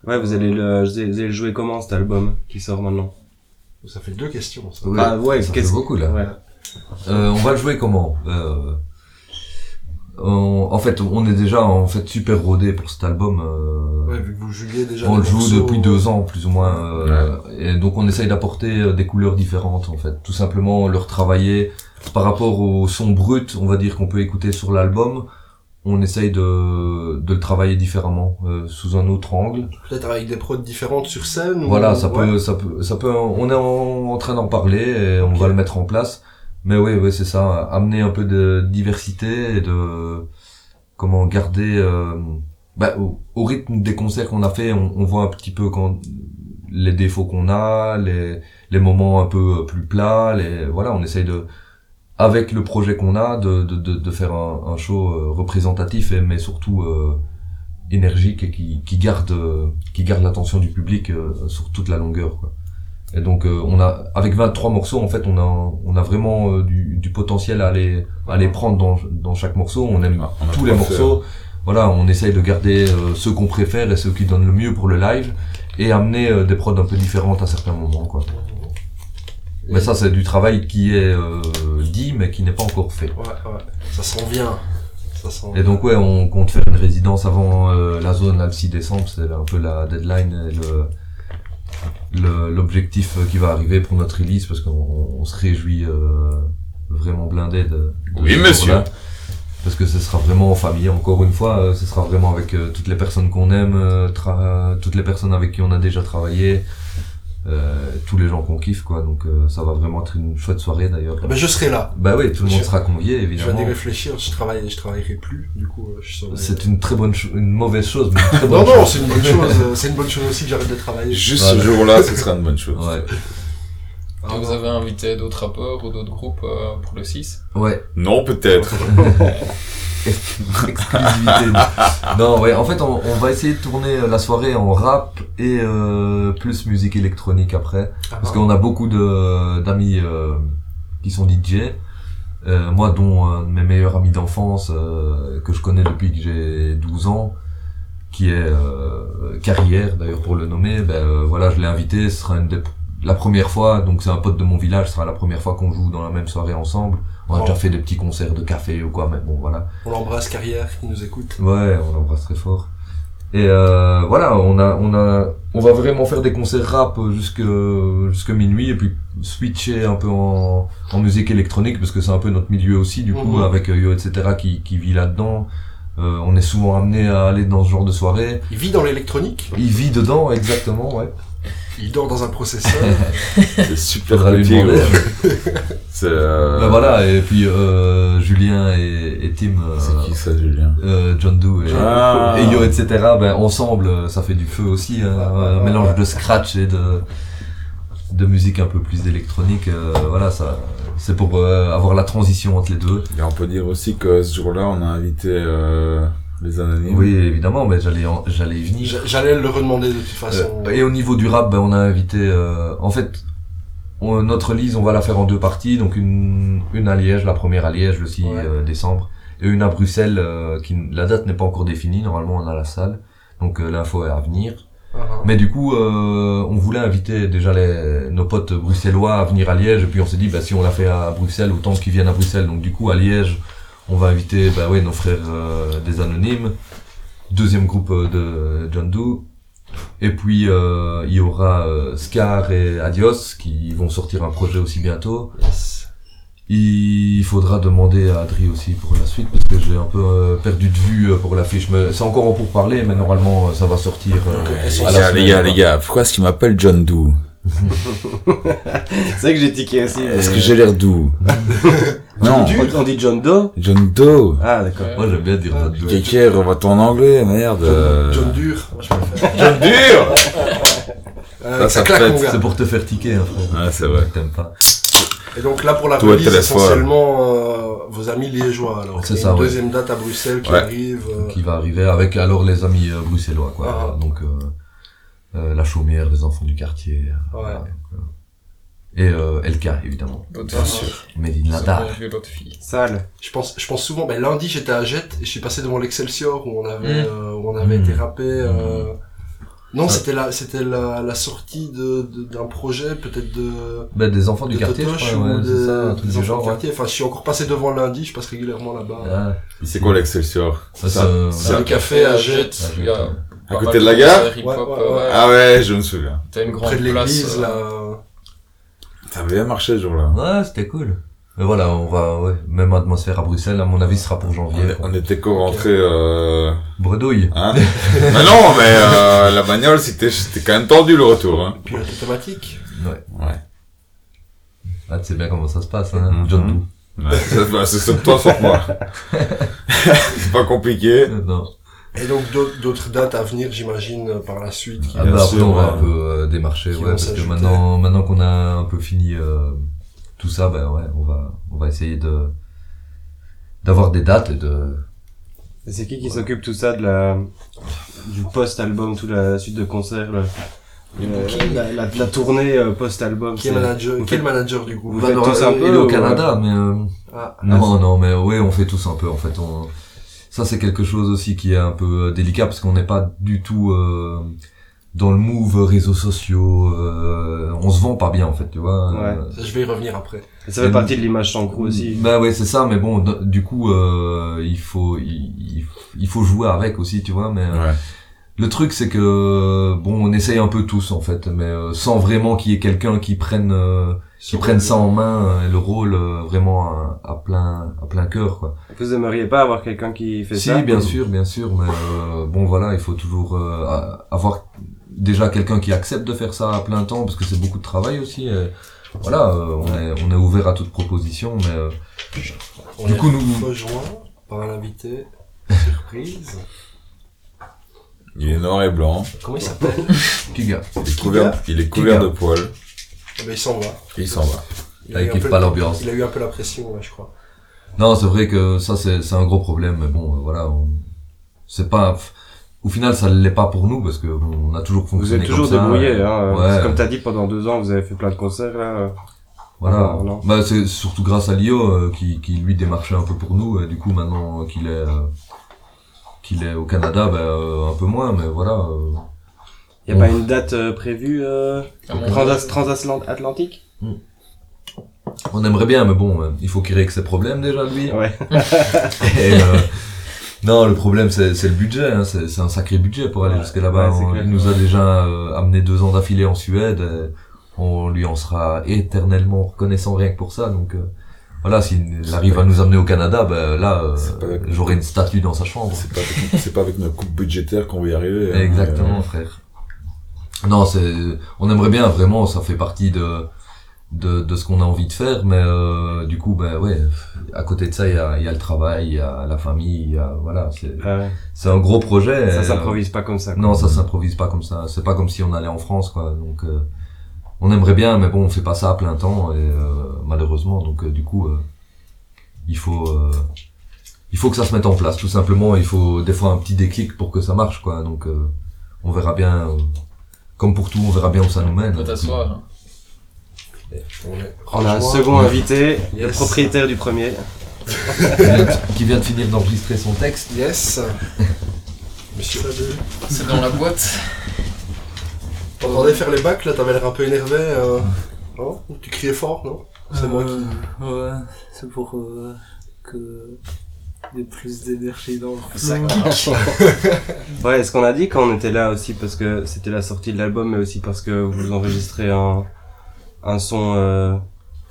Speaker 6: Ouais, vous allez le, vous allez le jouer comment, cet album qui sort maintenant
Speaker 1: Ça fait deux questions, ça.
Speaker 7: Ouais,
Speaker 6: Bah ouais,
Speaker 7: ça fait
Speaker 6: qu'est-ce-
Speaker 7: beaucoup, là.
Speaker 6: Ouais.
Speaker 7: Euh, on va le jouer comment Euh, on- En fait, on est déjà en fait super rodé pour cet album. euh,
Speaker 1: Ouais, vu que vous juguez déjà
Speaker 7: On
Speaker 1: des
Speaker 7: le joue
Speaker 1: morceaux,
Speaker 7: depuis deux ans, plus ou moins. euh, Et donc, on essaye d'apporter euh, des couleurs différentes, en fait. Tout simplement, leur travailler par rapport au son brut, on va dire, qu'on peut écouter sur l'album. on essaye de, de le travailler différemment, euh, sous un autre angle.
Speaker 1: Peut-être avec des prods différentes sur scène ou-
Speaker 7: Voilà, ça
Speaker 1: hein, ouais.
Speaker 7: peut, ça peut, ça peut. On est en, en train d'en parler et on
Speaker 1: Ok.
Speaker 7: va le mettre en place. Mais oui, oui, c'est ça. Amener un peu de diversité et de comment garder. euh, bah, au, au rythme des concerts qu'on a fait, on, on voit un petit peu quand les défauts qu'on a, les les moments un peu euh, plus plats. Les voilà, on essaye de avec le projet qu'on a de de de, de faire un, un show euh, représentatif et mais surtout euh, énergique et qui, qui garde euh, qui garde l'attention du public euh, sur toute la longueur quoi. Et donc euh, on a avec 23 morceaux en fait on a un- on a vraiment euh, du, du potentiel à aller à les prendre dans, dans chaque morceau, on aime
Speaker 4: On a
Speaker 7: tous
Speaker 4: Ah, tout
Speaker 7: les
Speaker 4: à faire.
Speaker 7: morceaux. Voilà, on essaye de garder euh, ceux qu'on préfère et ceux qui donnent le mieux pour le live et amener euh, des prods un peu différentes à certains moments quoi. Mais ça c'est du travail qui est euh, dit mais qui n'est pas encore fait.
Speaker 1: Ouais, ouais. Ça s'en vient. Ça s'en
Speaker 7: Et donc ouais, on compte faire une résidence avant euh, la zone là le 6 décembre, c'est un peu la deadline et le le- l'objectif euh, qui va arriver pour notre release parce qu'on on se réjouit euh, vraiment blindé de, de
Speaker 4: Oui,
Speaker 7: ce
Speaker 4: monsieur.
Speaker 7: jour-là. parce que ce sera vraiment en famille encore une fois euh, ce sera vraiment avec euh, toutes les personnes qu'on aime euh, tra- toutes les personnes avec qui on a déjà travaillé euh, tous les gens qu'on kiffe quoi donc euh, ça va vraiment être une chouette soirée d'ailleurs
Speaker 1: Ah ben, je serai là.
Speaker 7: bah oui tout le
Speaker 1: je-
Speaker 7: monde sera convié
Speaker 1: Je
Speaker 7: évidemment
Speaker 1: vais y réfléchir, je travaille, je travaillerai plus, du coup, euh, je serai...
Speaker 7: c'est une très bonne cho- une mauvaise chose mais une très
Speaker 1: Non,
Speaker 7: bonne
Speaker 1: non,
Speaker 7: chose.
Speaker 1: c'est une bonne chose,
Speaker 4: [laughs]
Speaker 1: euh, c'est une bonne chose aussi que j'arrête de travailler.
Speaker 4: Juste
Speaker 7: Voilà.
Speaker 4: ce jour-là, ce sera une bonne chose.
Speaker 7: Ouais.
Speaker 1: Ah,
Speaker 2: Et vous avez invité d'autres rappeurs ou d'autres groupes euh, pour le 6
Speaker 7: Ouais. [laughs]
Speaker 4: Non,
Speaker 1: Ah,
Speaker 4: peut-être.
Speaker 1: [laughs]
Speaker 7: Exclusivité. non, ouais. En fait, on, on va essayer de tourner euh, la soirée en rap et euh, plus musique électronique après,
Speaker 1: ah,
Speaker 7: parce qu'on a beaucoup de d'amis euh, qui sont DJ. Euh, moi, dont un de mes meilleurs amis d'enfance euh, que je connais depuis que j'ai 12 ans, qui est euh, carrière d'ailleurs pour le nommer. Ben euh, voilà, je l'ai invité. Ce sera une des- la première fois, donc c'est un pote de mon village. Ce sera la première fois qu'on joue dans la même soirée ensemble. On a
Speaker 1: Oh.
Speaker 7: déjà fait des petits concerts de café ou quoi, mais bon voilà.
Speaker 1: On l'embrasse, Carrière, qui nous écoute.
Speaker 7: Ouais, on l'embrasse très fort. Et euh, voilà, on a, on a, on va vraiment faire des concerts rap jusque jusque minuit et puis switcher un peu en, en musique électronique parce que c'est un peu notre milieu aussi du coup
Speaker 1: Mhm.
Speaker 7: avec euh, Yo etc qui qui vit là-dedans. Euh, on est souvent amené à aller dans ce genre de soirée.
Speaker 1: Il vit dans l'électronique,
Speaker 7: Il vit dedans exactement, ouais.
Speaker 1: il dort dans un
Speaker 4: [laughs]
Speaker 1: processeur.
Speaker 4: C'est super
Speaker 7: Faudra lui
Speaker 4: petit,
Speaker 7: demander.
Speaker 4: ouais. C'est, euh,
Speaker 7: Bah voilà et puis euh, Julien et, et Tim, euh,
Speaker 4: C'est qui ça, Julien
Speaker 7: euh, John Doe et,
Speaker 4: Ah.
Speaker 7: [laughs] et Yo etc. Ben ensemble euh, ça fait du feu aussi, hein, un mélange de scratch et de de musique un peu plus électronique. euh, voilà ça, c'est pour euh, avoir la transition entre les deux.
Speaker 4: Et on peut dire aussi que ce jour-là, on a invité euh, les anonymes.
Speaker 7: Oui évidemment, mais j'allais en- j'allais y venir.
Speaker 1: J- J'allais le redemander de toute façon.
Speaker 7: Euh, et au niveau du rap, ben, on a invité. euh, en fait, on- notre lise, on va la faire en deux parties. Donc une, une à Liège, la première à Liège le 6
Speaker 1: Ouais.
Speaker 7: euh, décembre, et une à Bruxelles. euh, qui n- la date n'est pas encore définie. Normalement, on a la salle. Donc euh, l'info est à venir.
Speaker 1: Ah, ah.
Speaker 7: Mais du coup, euh, on voulait inviter déjà les, nos potes bruxellois à venir à Liège. Et puis on s'est dit, bah, si on l'a fait à Bruxelles, autant qu'ils viennent à Bruxelles. Donc du coup, à Liège, on va inviter bah, ouais, nos frères euh, des Anonymes. Deuxième groupe euh, de John Doe. Et puis euh, il y aura euh, Scar et Adios qui vont sortir un projet aussi bientôt.
Speaker 1: Yes.
Speaker 7: Il faudra demander à Adri aussi pour la suite parce que j'ai un peu euh, perdu de vue euh, pour l'affiche. Mais C'est encore en pourparler, mais normalement euh, ça va sortir. euh,
Speaker 1: Donc,
Speaker 4: Les
Speaker 1: essentiel.
Speaker 7: à la
Speaker 4: gars,
Speaker 7: semaine,
Speaker 4: les gars,
Speaker 7: voilà.
Speaker 4: les gars, pourquoi est-ce qu'il m'appelle John Doe
Speaker 6: C'est vrai que j'ai tiqué aussi. mais-
Speaker 4: Est-ce que j'ai l'air doux Non,
Speaker 6: On dit John Doe
Speaker 4: John Doe.
Speaker 6: Ah, d'accord.
Speaker 7: Moi j'aime bien dire
Speaker 1: Ah,
Speaker 7: notre duo.
Speaker 4: Kéké, revois ton anglais, merde. Euh,
Speaker 1: John, John Dur, moi je préfère.
Speaker 4: John Dur
Speaker 1: [laughs] Euh, ça
Speaker 4: Ça, ça
Speaker 1: claque,
Speaker 4: pète,
Speaker 1: mon gars.
Speaker 7: C'est pour te faire tiquer, hein, frère.
Speaker 4: Ouais, c'est vrai.
Speaker 7: T'aimes pas.
Speaker 1: Et donc là pour la
Speaker 4: Toi,
Speaker 1: release,
Speaker 4: téléphone.
Speaker 1: essentiellement euh, vos amis liégeois alors.
Speaker 7: C'est
Speaker 1: Il y a
Speaker 7: ça,
Speaker 1: Une
Speaker 7: ouais.
Speaker 1: deuxième date à Bruxelles qui
Speaker 4: Ouais.
Speaker 1: arrive. euh,
Speaker 7: Qui va arriver avec alors les amis euh, bruxellois, quoi.
Speaker 1: Ah.
Speaker 7: Donc euh, euh, la chaumière des enfants du quartier. euh,
Speaker 1: Ouais.
Speaker 7: Et euh, LK évidemment.
Speaker 2: Bien sûr.
Speaker 7: Medine Ladar.
Speaker 2: l'autre fille.
Speaker 6: Sale.
Speaker 1: Je pense, je pense souvent. Ben, lundi, j'étais à Jette et je suis passé devant l'Excelsior où on avait,
Speaker 2: Mm.
Speaker 1: euh, où on avait
Speaker 7: Mm.
Speaker 1: été rappé. euh, Non,
Speaker 7: Ça-
Speaker 1: c'était la, c'était la, la sortie de de- d'un projet peut-être de.
Speaker 7: Ben, des enfants du
Speaker 1: de
Speaker 7: quartier, je
Speaker 1: Totoche
Speaker 7: crois,
Speaker 1: ou
Speaker 7: ouais,
Speaker 1: de-
Speaker 7: c'est ça, un truc
Speaker 1: des
Speaker 7: du
Speaker 1: enfants
Speaker 7: genre.
Speaker 1: du
Speaker 7: ouais.
Speaker 1: quartier. Enfin, je suis encore passé devant lundi. Je passe régulièrement là-bas. euh,
Speaker 7: Ah,
Speaker 4: C'est quoi l'Excelsior
Speaker 7: ça,
Speaker 4: Ça,
Speaker 7: euh,
Speaker 4: ça-
Speaker 2: C'est le café à
Speaker 7: Ah,
Speaker 2: Jette.
Speaker 7: je-
Speaker 2: il y a
Speaker 4: À
Speaker 2: pas
Speaker 4: côté
Speaker 2: mal
Speaker 4: de la gare
Speaker 2: concerts
Speaker 1: Ouais,
Speaker 2: hip-hop,
Speaker 1: ouais,
Speaker 2: euh,
Speaker 1: ouais.
Speaker 4: Ah ouais, je me souviens.
Speaker 2: T'as une grande
Speaker 1: Près de
Speaker 2: place.
Speaker 1: l'église
Speaker 2: euh,
Speaker 1: là.
Speaker 4: Ça avait bien marché ce jour-là.
Speaker 7: Ouais, c'était cool. Mais voilà, on va, ouais, même atmosphère à Bruxelles, à mon avis, ce sera pour
Speaker 4: On,
Speaker 7: janvier.
Speaker 4: est- on était qu'au rentré, euh,
Speaker 7: Bredouille.
Speaker 4: hein. mais non, mais, euh, la bagnole, c'était, c'était quand même tendu le retour, hein.
Speaker 1: Puis automatique.
Speaker 4: Ouais.
Speaker 7: Ah, tu sais bien comment ça se passe, hein.
Speaker 4: Mhm.
Speaker 7: John Doe.
Speaker 4: Ouais, ça, [laughs] bah, c'est sur toi, sur
Speaker 7: [laughs]
Speaker 4: moi. c'est pas compliqué.
Speaker 7: Non.
Speaker 1: Et donc d'autres d'autres dates à venir, j'imagine, euh, par la suite. qui-
Speaker 7: Ah,
Speaker 4: Bien
Speaker 7: bah, après,
Speaker 4: sûr,
Speaker 7: on va
Speaker 4: ouais.
Speaker 7: un peu euh, démarcher,
Speaker 1: Qui
Speaker 7: ouais,
Speaker 1: vont
Speaker 7: parce que
Speaker 1: s'ajouter.
Speaker 7: maintenant, maintenant qu'on a un peu fini euh, tout ça, bah, ouais, on va, on va essayer de, d'avoir des dates et de,
Speaker 6: Et C'est qui qui s'occupe tout ça de la du post-album, toute la suite de concerts, le- le- la, la, la tournée euh, post-album
Speaker 1: Qui est
Speaker 6: c'est-
Speaker 1: manager,
Speaker 6: vous
Speaker 1: quel
Speaker 6: faites-
Speaker 1: manager du groupe
Speaker 6: Vous faites tous un
Speaker 7: et
Speaker 6: peu,
Speaker 7: le
Speaker 6: ou-
Speaker 7: Canada, mais euh,
Speaker 1: Ah,
Speaker 7: Non, non, mais ouais, on fait tous un peu en fait. On... Ça, c'est quelque chose aussi qui est un peu euh, délicat parce qu'on n'est pas du tout euh, dans le move réseaux sociaux. euh, on se vend pas bien en fait, tu vois.
Speaker 6: Ouais.
Speaker 7: Euh,
Speaker 1: Je vais y revenir après.
Speaker 6: Ça fait partie de l'image sans crew aussi.
Speaker 7: Bah ouais, c'est ça. Mais bon, d- du coup, euh, il faut il, il- il faut jouer avec aussi, tu vois. Mais euh,
Speaker 4: Ouais.
Speaker 7: le truc, c'est que euh, bon, on essaye un peu tous en fait, mais euh, sans vraiment qu'il y ait quelqu'un qui prenne euh, qui prenne ça en main euh, et le rôle euh, vraiment à, à plein à plein cœur quoi.
Speaker 6: Vous aimeriez pas avoir quelqu'un qui fait
Speaker 7: Si,
Speaker 6: ça
Speaker 7: bien sûr, bien sûr, mais euh, bon voilà, il faut toujours euh, a- avoir déjà quelqu'un qui accepte de faire ça à plein temps parce que c'est beaucoup de travail aussi. euh, voilà, euh, on est on est ouvert à toute proposition, mais euh,
Speaker 1: On
Speaker 7: Du
Speaker 1: est
Speaker 7: coup, nous-
Speaker 1: rejoint par un invité surprise.
Speaker 4: Il est noir et blanc.
Speaker 1: Comment il s'appelle
Speaker 7: petit gars,
Speaker 4: Il est couvert, il est couvert de poils.
Speaker 1: Eh ben, Il s'en va.
Speaker 4: Et il s'en va.
Speaker 1: a
Speaker 7: Là, Ah, il
Speaker 1: eu un
Speaker 7: kiffe
Speaker 1: peu
Speaker 7: pas
Speaker 1: le-
Speaker 7: l'ambiance.
Speaker 1: Il a eu un peu la pression, ouais, je crois.
Speaker 7: Non, c'est vrai que ça c'est c'est un gros problème, mais bon euh, voilà, on- c'est pas pff, au final ça l'est pas pour nous parce que bon, on a toujours
Speaker 6: Vous
Speaker 7: fonctionné
Speaker 6: êtes toujours
Speaker 7: comme ça. euh,
Speaker 6: débrouillé, hein.
Speaker 7: Ouais.
Speaker 6: Parce que Comme t'as dit, pendant deux ans, vous avez fait plein de concerts, là.
Speaker 7: Voilà.
Speaker 6: Ah, non.
Speaker 7: Bah, c'est surtout grâce à Lio euh, qui, qui lui démarchait un peu pour nous. Et du coup, maintenant euh, qu'il est euh, qu'il est au Canada, bah, euh, un peu moins, mais voilà. euh,
Speaker 6: Y a pas une date euh, prévue, euh,
Speaker 2: À mon
Speaker 6: transas- transatlantique?
Speaker 7: on aimerait bien, mais bon, euh, il faut qu'il règle ses problèmes déjà lui.
Speaker 6: Ouais.
Speaker 7: [laughs] Et, euh, non, le problème c'est c'est le budget. Hein, c'est c'est un sacré budget pour aller
Speaker 6: Ouais,
Speaker 7: jusque là-bas.
Speaker 6: ouais, c'est
Speaker 7: On-
Speaker 6: clair.
Speaker 7: il nous a déjà euh, amené deux ans d'affilée en Suède. et on lui en sera éternellement reconnaissant rien que pour ça. Donc euh, voilà, s'il arrive à nous amener au Canada, bah, là, euh,
Speaker 4: C'est pas-
Speaker 7: j'aurai une statue dans sa chambre.
Speaker 4: C'est pas, avec- c'est pas avec notre coupe budgétaire qu'on va y arriver.
Speaker 7: Euh,
Speaker 4: hein.
Speaker 7: Exactement, frère. Non, c'est, on aimerait bien vraiment, ça fait partie de, de, de ce qu'on a envie de faire, mais euh, du coup, ben ouais, à côté de ça, il y a, il y a le travail, il y a la famille, il y a, voilà, c'est,
Speaker 6: Euh,
Speaker 7: c'est un gros projet.
Speaker 6: ça
Speaker 7: et,
Speaker 6: s'improvise pas comme ça.
Speaker 7: euh,
Speaker 6: quoi.
Speaker 7: non, ça s'improvise pas comme ça. C'est pas comme si on allait en France, quoi. Donc, euh, on aimerait bien, mais bon, on fait pas ça à plein temps, et euh, malheureusement, donc euh, du coup, euh, il faut. euh, il faut que ça se mette en place, tout simplement. Il faut des fois un petit déclic pour que ça marche, quoi. Donc, euh, on verra bien. euh, comme pour tout, on verra bien où ça nous mène.
Speaker 2: Va t'asseoir. hein.
Speaker 1: On est
Speaker 6: On a un
Speaker 1: rejoint.
Speaker 6: second invité, le
Speaker 1: Yes.
Speaker 6: propriétaire du premier.
Speaker 7: Qui vient de- qui vient de finir d'enregistrer son texte.
Speaker 6: [laughs]
Speaker 1: Yes. Monsieur,
Speaker 2: C'est dans la boîte.
Speaker 1: t'entendais faire les bacs là, t'avais l'air un peu énervé. euh, Non Tu criais fort, non Euh, C'est moi
Speaker 6: Euh,
Speaker 1: qui.
Speaker 8: Ouais, c'est pour euh, que il y ait plus d'énergie dans le
Speaker 2: Ça
Speaker 8: flow.
Speaker 6: Ouais, ce qu'on a dit quand on était là aussi, parce que c'était la sortie de l'album, mais aussi parce que vous enregistrez un, un son euh,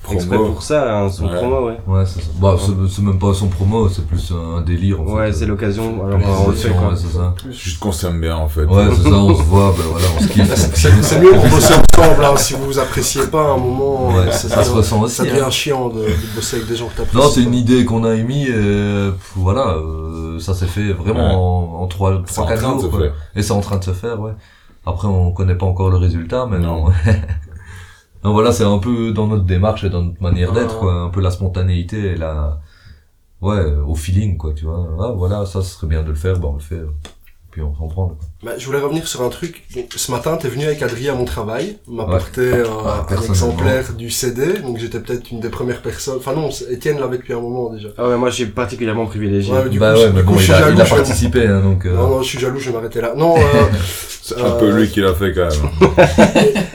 Speaker 6: exprès
Speaker 4: Promo.
Speaker 6: pour ça, un son
Speaker 4: Ouais.
Speaker 6: promo, ouais.
Speaker 7: Ouais, c'est ça. Bah, c'est c'est même pas son promo, c'est plus un délire, en fait.
Speaker 6: Ouais, c'est l'occasion, alors
Speaker 7: Ouais,
Speaker 6: on le fait quoi.
Speaker 7: c'est ça.
Speaker 4: Euh, Juste qu'on s'aime bien, en fait.
Speaker 7: Ouais, c'est ça, on se voit, ben voilà, on se
Speaker 6: [laughs]
Speaker 7: kiffe.
Speaker 1: Ah, C'est c'est mieux pour bosser ensemble, hein, si vous vous appréciez pas à un moment.
Speaker 7: Ouais,
Speaker 1: euh,
Speaker 7: ça, ça se ressent aussi.
Speaker 1: Ça devient
Speaker 7: hein.
Speaker 1: chiant de, de bosser avec des gens que t'apprécies.
Speaker 7: Non, c'est une
Speaker 1: pas.
Speaker 7: idée qu'on a émise, et euh, pff, voilà, euh, ça s'est fait vraiment
Speaker 4: Ouais.
Speaker 7: en, en trois,
Speaker 4: C'est
Speaker 7: trois,
Speaker 4: en
Speaker 7: quatre
Speaker 4: train de
Speaker 7: jours,
Speaker 4: se
Speaker 7: quoi.
Speaker 4: faire.
Speaker 7: Et c'est en train de se faire, ouais. Après, on connaît pas encore le résultat, mais
Speaker 4: Non.
Speaker 7: non. [laughs] Donc voilà, c'est un peu dans notre démarche et dans notre manière d'être,
Speaker 8: Ah.
Speaker 7: quoi. Un peu la spontanéité et la, ouais, au feeling, quoi, tu vois. Ah, voilà, ça, ce serait bien de le faire, bah, on le fait. euh, Puis on s'en prend, quoi.
Speaker 1: Bah, je voulais revenir sur un truc. Donc, Ce matin, t'es venu avec Adrien à mon travail, m'apporter euh, un
Speaker 7: personnellement.
Speaker 1: exemplaire du CD. Donc j'étais peut-être une des premières personnes. Enfin non, c'est- Étienne l'avait depuis un moment déjà.
Speaker 6: Ah ouais, moi je suis particulièrement privilégié.
Speaker 1: Ouais, du
Speaker 7: bah
Speaker 1: coup,
Speaker 7: ouais,
Speaker 1: je-
Speaker 7: mais
Speaker 1: du
Speaker 7: bon,
Speaker 1: coup, je
Speaker 7: il
Speaker 1: suis
Speaker 7: a,
Speaker 1: jaloux,
Speaker 7: il a
Speaker 1: je suis-
Speaker 7: participé, hein, donc, euh,
Speaker 1: Non, non, je suis jaloux, je vais m'arrêter là. Non, euh, [laughs]
Speaker 4: C'est un peu lui qui l'a fait, quand même.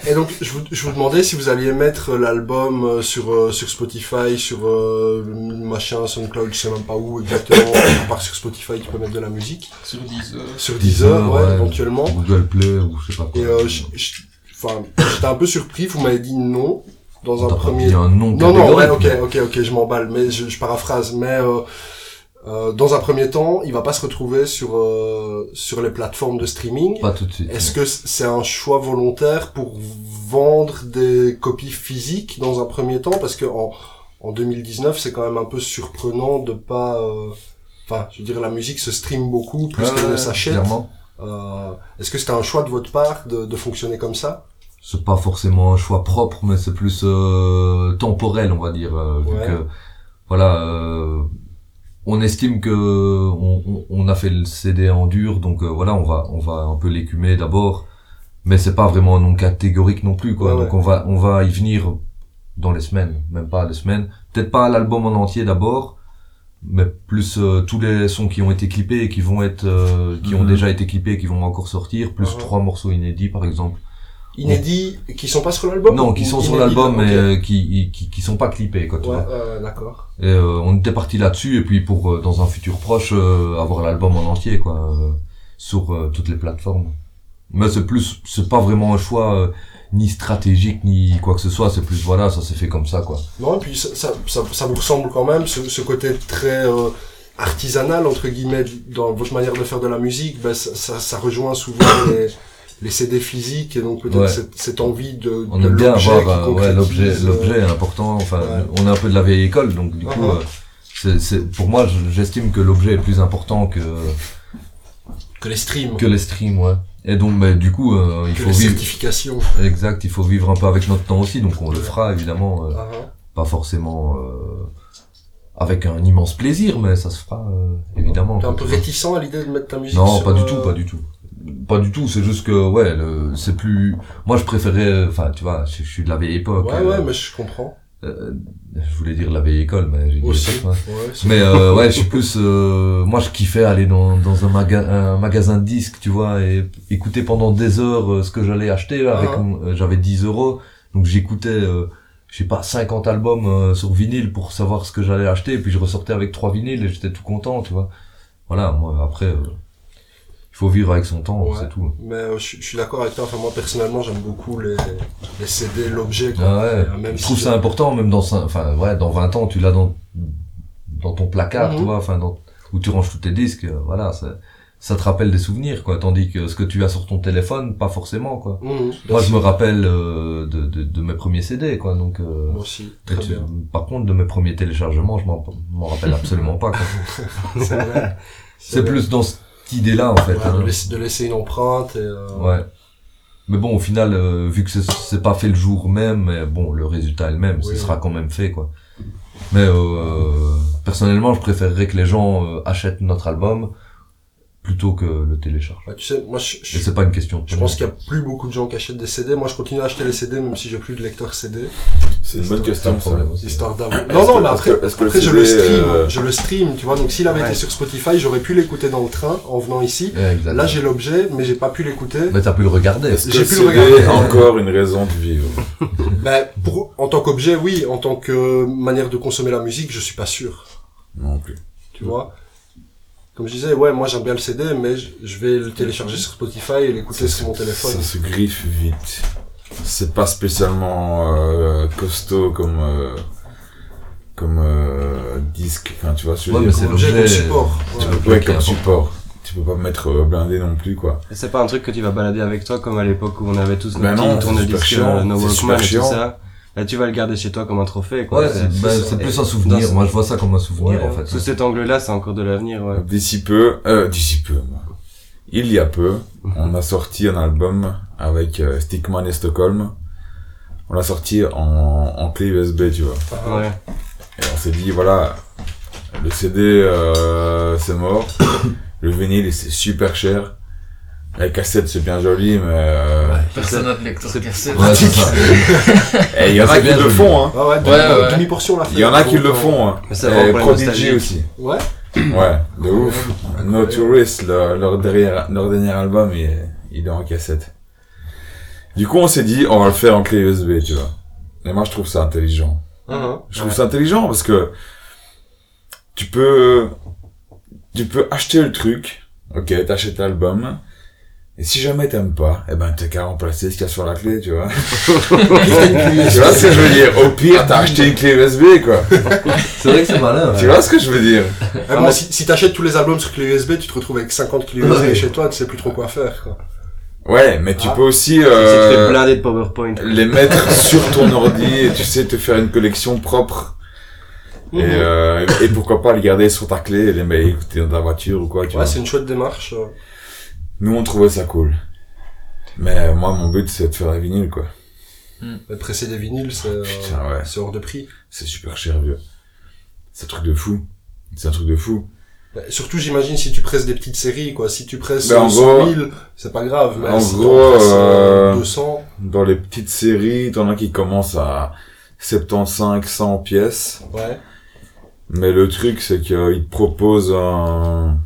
Speaker 1: Et donc, je vous, je vous demandais si vous alliez mettre l'album euh, sur, euh, sur Spotify, sur euh, machin, SoundCloud, je sais même pas où exactement, [coughs] à part sur Spotify, tu peux mettre de la musique.
Speaker 2: Sur euh, 10 heures.
Speaker 1: Sur
Speaker 7: Deezer,
Speaker 1: Deezer, ouais,
Speaker 7: ouais.
Speaker 1: éventuellement. euh,
Speaker 7: Google Play ou je sais pas quoi.
Speaker 1: Et euh, je- je- enfin, j'étais un peu surpris, vous m'avez dit non. dans
Speaker 7: T'as
Speaker 1: un
Speaker 7: pas
Speaker 1: premier
Speaker 7: dit un nom
Speaker 1: non, non, ouais,
Speaker 7: catégorique,
Speaker 1: ok,
Speaker 7: mais
Speaker 1: ok, ok, je m'emballe, mais je, je paraphrase, mais euh, euh, dans un premier temps, il va pas se retrouver sur euh, sur les plateformes de streaming.
Speaker 7: Pas tout de suite.
Speaker 1: Est-ce que c'est un choix volontaire pour vendre des copies physiques dans un premier temps, parce que en en 2019, c'est quand même un peu surprenant de pas, euh, enfin, je veux dire, la musique se stream beaucoup plus
Speaker 7: Ouais,
Speaker 1: qu'elle ne
Speaker 7: ouais,
Speaker 1: s'achète.
Speaker 7: clairement.
Speaker 1: Euh, Est-ce que c'était un choix de votre part de, de fonctionner comme ça
Speaker 7: c'est pas forcément un choix propre, mais c'est plus euh, temporel, on va dire. euh, vu
Speaker 1: Ouais.
Speaker 7: que, voilà, euh, on estime que on, on- on a fait le CD en dur, donc euh, voilà, on va on va un peu l'écumer d'abord, mais c'est pas vraiment un nom catégorique non plus, quoi.
Speaker 1: Ouais,
Speaker 7: donc on va on va y venir dans les semaines, même pas les semaines, peut-être pas l'album en entier d'abord, mais plus euh, tous les sons qui ont été clippés et qui vont être euh, qui ont
Speaker 4: Mhm.
Speaker 7: déjà été clippés et qui vont encore sortir, plus
Speaker 1: Ah ouais.
Speaker 7: trois morceaux inédits par exemple.
Speaker 1: Inédits, qui sont pas sur l'album
Speaker 7: Non,
Speaker 1: ou
Speaker 7: qui sont sur
Speaker 1: inédits
Speaker 7: l'album, mais
Speaker 1: Ok.
Speaker 7: euh, qui, qui, qui sont pas clippés, quoi, tu
Speaker 1: Ouais,
Speaker 7: vois.
Speaker 1: euh, d'accord.
Speaker 7: Et euh, on était parti là-dessus, et puis pour, euh, dans un futur proche, euh, avoir l'album en entier, quoi, euh, sur euh, toutes les plateformes. Mais c'est plus, c'est pas vraiment un choix euh, ni stratégique, ni quoi que ce soit, c'est plus, voilà, ça s'est fait comme ça, quoi.
Speaker 1: Non, et puis ça, ça, ça, ça vous ressemble quand même, ce, ce côté très euh, artisanal, entre guillemets, dans votre manière de faire de la musique, bah, ça, ça, ça rejoint souvent [coughs] les, les CD physiques, et donc peut-être
Speaker 7: Ouais.
Speaker 1: cette, cette envie de,
Speaker 7: On
Speaker 1: de
Speaker 7: aime bien
Speaker 1: l'objet
Speaker 7: avoir
Speaker 1: qui
Speaker 7: euh, ouais, l'objet,
Speaker 1: concrétise, euh,
Speaker 7: l'objet est important. Enfin,
Speaker 1: ouais.
Speaker 7: on est un peu de la vieille école, donc du coup,
Speaker 1: Mhm.
Speaker 7: euh, c'est, c'est, pour moi, je- j'estime que l'objet est plus important que
Speaker 1: que les streams, que,
Speaker 7: que les streams, ouais. Et donc, mais du coup, euh, il faut
Speaker 1: les
Speaker 7: vivre.
Speaker 1: certifications.
Speaker 7: Exact, il faut vivre un peu avec notre temps aussi, donc on le fera évidemment, euh,
Speaker 1: Ah, hein.
Speaker 7: pas forcément euh, avec un immense plaisir, mais ça se fera euh, évidemment.
Speaker 1: T'es un
Speaker 7: quoi,
Speaker 1: peu
Speaker 7: tu vois.
Speaker 1: réticent à l'idée de mettre ta musique
Speaker 7: Non,
Speaker 1: sur,
Speaker 7: pas du
Speaker 1: euh,
Speaker 7: tout, pas du tout. Pas du tout, c'est juste que, ouais, le- c'est plus... Moi, je préférais... euh, Enfin, tu vois, je, je suis de la vieille époque.
Speaker 1: Ouais,
Speaker 7: euh,
Speaker 1: ouais, mais je comprends.
Speaker 7: euh, je voulais dire la vieille école, mais j'ai dit...
Speaker 1: Aussi.
Speaker 7: ouais.
Speaker 1: Ouais, c'est-
Speaker 7: Mais euh, ouais, je suis plus. euh, moi, je kiffais aller dans, dans un, maga- un magasin de disques, tu vois, et écouter pendant des heures euh, ce que j'allais acheter. Avec,
Speaker 1: Ah.
Speaker 7: mon- euh, j'avais 10 euros, donc j'écoutais, euh, je sais pas, 50 albums euh, sur vinyle pour savoir ce que j'allais acheter, et puis je ressortais avec trois vinyles et j'étais tout content, tu vois. Voilà, moi après, euh, il faut vivre avec son temps,
Speaker 1: Ouais.
Speaker 7: c'est tout.
Speaker 1: Mais euh, je, je suis d'accord avec toi. Enfin, moi personnellement, j'aime beaucoup les, les CD, l'objet. quoi.
Speaker 7: Ah ouais.
Speaker 1: Euh, même
Speaker 7: je trouve
Speaker 1: si-
Speaker 7: ça important, même dans, cin- enfin, ouais, dans 20 ans, tu l'as dans, dans ton placard,
Speaker 1: Mhm.
Speaker 7: tu vois, enfin, dans, où tu ranges tous tes disques, euh, voilà, ça, ça te rappelle des souvenirs, quoi, tandis que ce que tu as sur ton téléphone, pas forcément, quoi.
Speaker 1: Mhm.
Speaker 7: Moi, je me rappelle euh, de, de, de mes premiers CD, quoi, donc... euh,
Speaker 1: Moi aussi,
Speaker 7: et
Speaker 1: très
Speaker 7: tu-
Speaker 1: bien.
Speaker 7: par contre, de mes premiers téléchargements, je m'en m'en rappelle absolument pas. quoi.
Speaker 1: [laughs] C'est vrai.
Speaker 7: [laughs] C'est
Speaker 1: vrai.
Speaker 7: plus dans cette idée-là, en fait.
Speaker 1: Ouais,
Speaker 7: hein.
Speaker 1: de, laisser, de laisser une empreinte. Et, euh,
Speaker 7: Ouais. Mais bon, au final, euh, vu que c'est- c'est pas fait le jour même, mais bon, le résultat est le même, ce
Speaker 1: Oui.
Speaker 7: sera quand même fait, quoi. Mais euh, personnellement, je préférerais que les gens euh, achètent notre album plutôt que le téléchargent.
Speaker 1: bah, tu sais, moi, je,
Speaker 7: Et
Speaker 1: je,
Speaker 7: c'est pas une question. de
Speaker 1: je
Speaker 7: temps.
Speaker 1: pense qu'il y a plus beaucoup de gens qui achètent des CD. Moi, je continue à acheter les CD, même si j'ai plus de lecteur CD.
Speaker 4: C'est une bonne
Speaker 7: c'est un
Speaker 4: question. ça.
Speaker 7: problème aussi.
Speaker 1: Histoire d'avoir.
Speaker 4: Est-ce
Speaker 1: Non, non,
Speaker 4: que-
Speaker 1: mais
Speaker 4: est-ce
Speaker 1: après,
Speaker 4: que- est-ce que
Speaker 1: après, je le
Speaker 4: CD,
Speaker 1: stream.
Speaker 4: euh,
Speaker 1: Je le stream, tu vois. Donc, s'il avait été sur Spotify, j'aurais pu l'écouter dans le train en venant ici.
Speaker 7: Ouais, exact.
Speaker 1: Là, j'ai l'objet, mais j'ai pas pu l'écouter.
Speaker 7: Mais t'as pu le regarder.
Speaker 4: Est-ce que
Speaker 1: J'ai
Speaker 4: le
Speaker 1: pu le
Speaker 4: CD
Speaker 1: regarder.
Speaker 4: est encore une raison de vivre
Speaker 1: Bah, pour, en tant qu'objet, oui. En tant que euh, manière de consommer la musique, je suis pas sûr.
Speaker 4: Non plus.
Speaker 1: Tu vois Comme je disais, ouais, moi j'aime bien le CD, mais je, je vais le télécharger sur Spotify et l'écouter sur mon téléphone.
Speaker 4: Ça se griffe vite. C'est pas spécialement euh, costaud comme euh, comme euh, disque. Enfin, tu vois, ce que je
Speaker 7: Ouais,
Speaker 4: veux
Speaker 7: mais
Speaker 4: dire.
Speaker 7: c'est
Speaker 1: Comme objet, comme
Speaker 7: l'objet.
Speaker 1: support.
Speaker 4: Tu
Speaker 1: ouais.
Speaker 4: peux-
Speaker 7: Ouais,
Speaker 4: ouais,
Speaker 7: qui est
Speaker 4: comme
Speaker 7: important.
Speaker 4: support. Tu peux pas mettre euh, blindé non plus, quoi.
Speaker 6: Et C'est pas un truc que tu vas balader avec toi comme à l'époque où on avait tous nos
Speaker 4: Bah non,
Speaker 6: petits
Speaker 4: c'est super
Speaker 6: tourne-disques,
Speaker 4: chiant,
Speaker 6: euh, nos
Speaker 4: c'est
Speaker 6: Walkman et
Speaker 4: super
Speaker 6: tout
Speaker 4: chiant.
Speaker 6: ça. Là, tu vas le garder chez toi comme un trophée, quoi.
Speaker 7: Ouais, c'est
Speaker 6: C'est-
Speaker 7: bah, c'est plus un souvenir.
Speaker 6: Dans-
Speaker 7: Moi, je vois ça comme un souvenir,
Speaker 6: Ouais,
Speaker 7: en fait.
Speaker 6: Sous cet angle-là, c'est encore de l'avenir, ouais.
Speaker 4: D'ici peu, euh, d'ici peu, moi. il y a peu, on a sorti un album avec euh, Stickman et Stockholm. On l'a sorti en, en clé USB, tu vois.
Speaker 6: Ouais.
Speaker 4: Et on s'est dit, voilà, le CD, euh, c'est mort. [coughs] le vinyle, c'est super cher. La cassette, c'est bien joli, mais... euh,
Speaker 2: Personne n'a de lecteur cassette.
Speaker 7: Ouais, c'est ça.
Speaker 4: eh, il y en
Speaker 7: C'est
Speaker 4: a qui
Speaker 7: bien
Speaker 4: le
Speaker 7: joli.
Speaker 4: font, hein.
Speaker 1: Ah ouais,
Speaker 2: Ouais, ouais, ouais.
Speaker 1: demi-portion là.
Speaker 4: Il y en a qui le font, hein.
Speaker 6: Mais c'est vraiment
Speaker 4: Et
Speaker 6: pour la
Speaker 4: Prodigy
Speaker 6: nostalgie.
Speaker 4: aussi.
Speaker 1: Ouais.
Speaker 4: Ouais, de ouf. No Tourist, leur, leur, derrière- leur dernier album, il est, il est en cassette. Du coup, on s'est dit, on va le faire en clé USB, tu vois. Et moi, je trouve ça intelligent.
Speaker 1: Hein,
Speaker 4: Je trouve ça intelligent parce que tu peux tu peux acheter le truc, ok, t'achètes l'album Et si jamais t'aimes pas, eh ben t'as qu'à remplacer ce qu'il y a sur la clé, tu vois. tu vois ce que je veux dire Au pire, t'as acheté une clé USB, quoi.
Speaker 7: C'est vrai que c'est malin.
Speaker 4: Tu vois ce que je veux dire
Speaker 1: Ah, bon, si si t'achètes tous les albums sur clé USB, tu te retrouves avec 50 clés USB chez toi, tu sais plus trop quoi faire. Quoi.
Speaker 4: Ouais, mais tu
Speaker 1: Ah.
Speaker 4: peux aussi
Speaker 6: C'est
Speaker 4: euh,
Speaker 6: fait blindé de PowerPoint.
Speaker 4: les
Speaker 1: [laughs]
Speaker 4: mettre sur ton ordi et tu sais te faire une collection propre. Et,
Speaker 1: Mhm.
Speaker 4: euh, et pourquoi pas les garder sur ta clé et les mettre écouter dans ta voiture ou quoi, tu
Speaker 1: Ouais,
Speaker 4: vois.
Speaker 1: c'est une chouette démarche. euh.
Speaker 4: Nous, on trouvait ça cool. Mais euh, moi, mon but, c'est de faire des vinyles, quoi.
Speaker 1: Mais Presser des vinyles, c'est euh,
Speaker 4: Putain, ouais.
Speaker 1: c'est hors de prix.
Speaker 4: C'est super cher, vieux. C'est un truc de fou. C'est un truc de fou.
Speaker 1: Bah, Surtout, j'imagine, si tu presses des petites séries, quoi. Si tu presses
Speaker 4: Bah, en
Speaker 1: 100
Speaker 4: gros-
Speaker 1: 000, c'est pas grave. Mais
Speaker 4: en
Speaker 1: si t'en
Speaker 4: gros,
Speaker 1: presses, euh,
Speaker 4: euh,
Speaker 1: 200,
Speaker 4: Dans les petites séries, t'en as qui commencent à 75, 100 pièces.
Speaker 1: ouais.
Speaker 4: Mais le truc, c'est qu'ils te proposent un...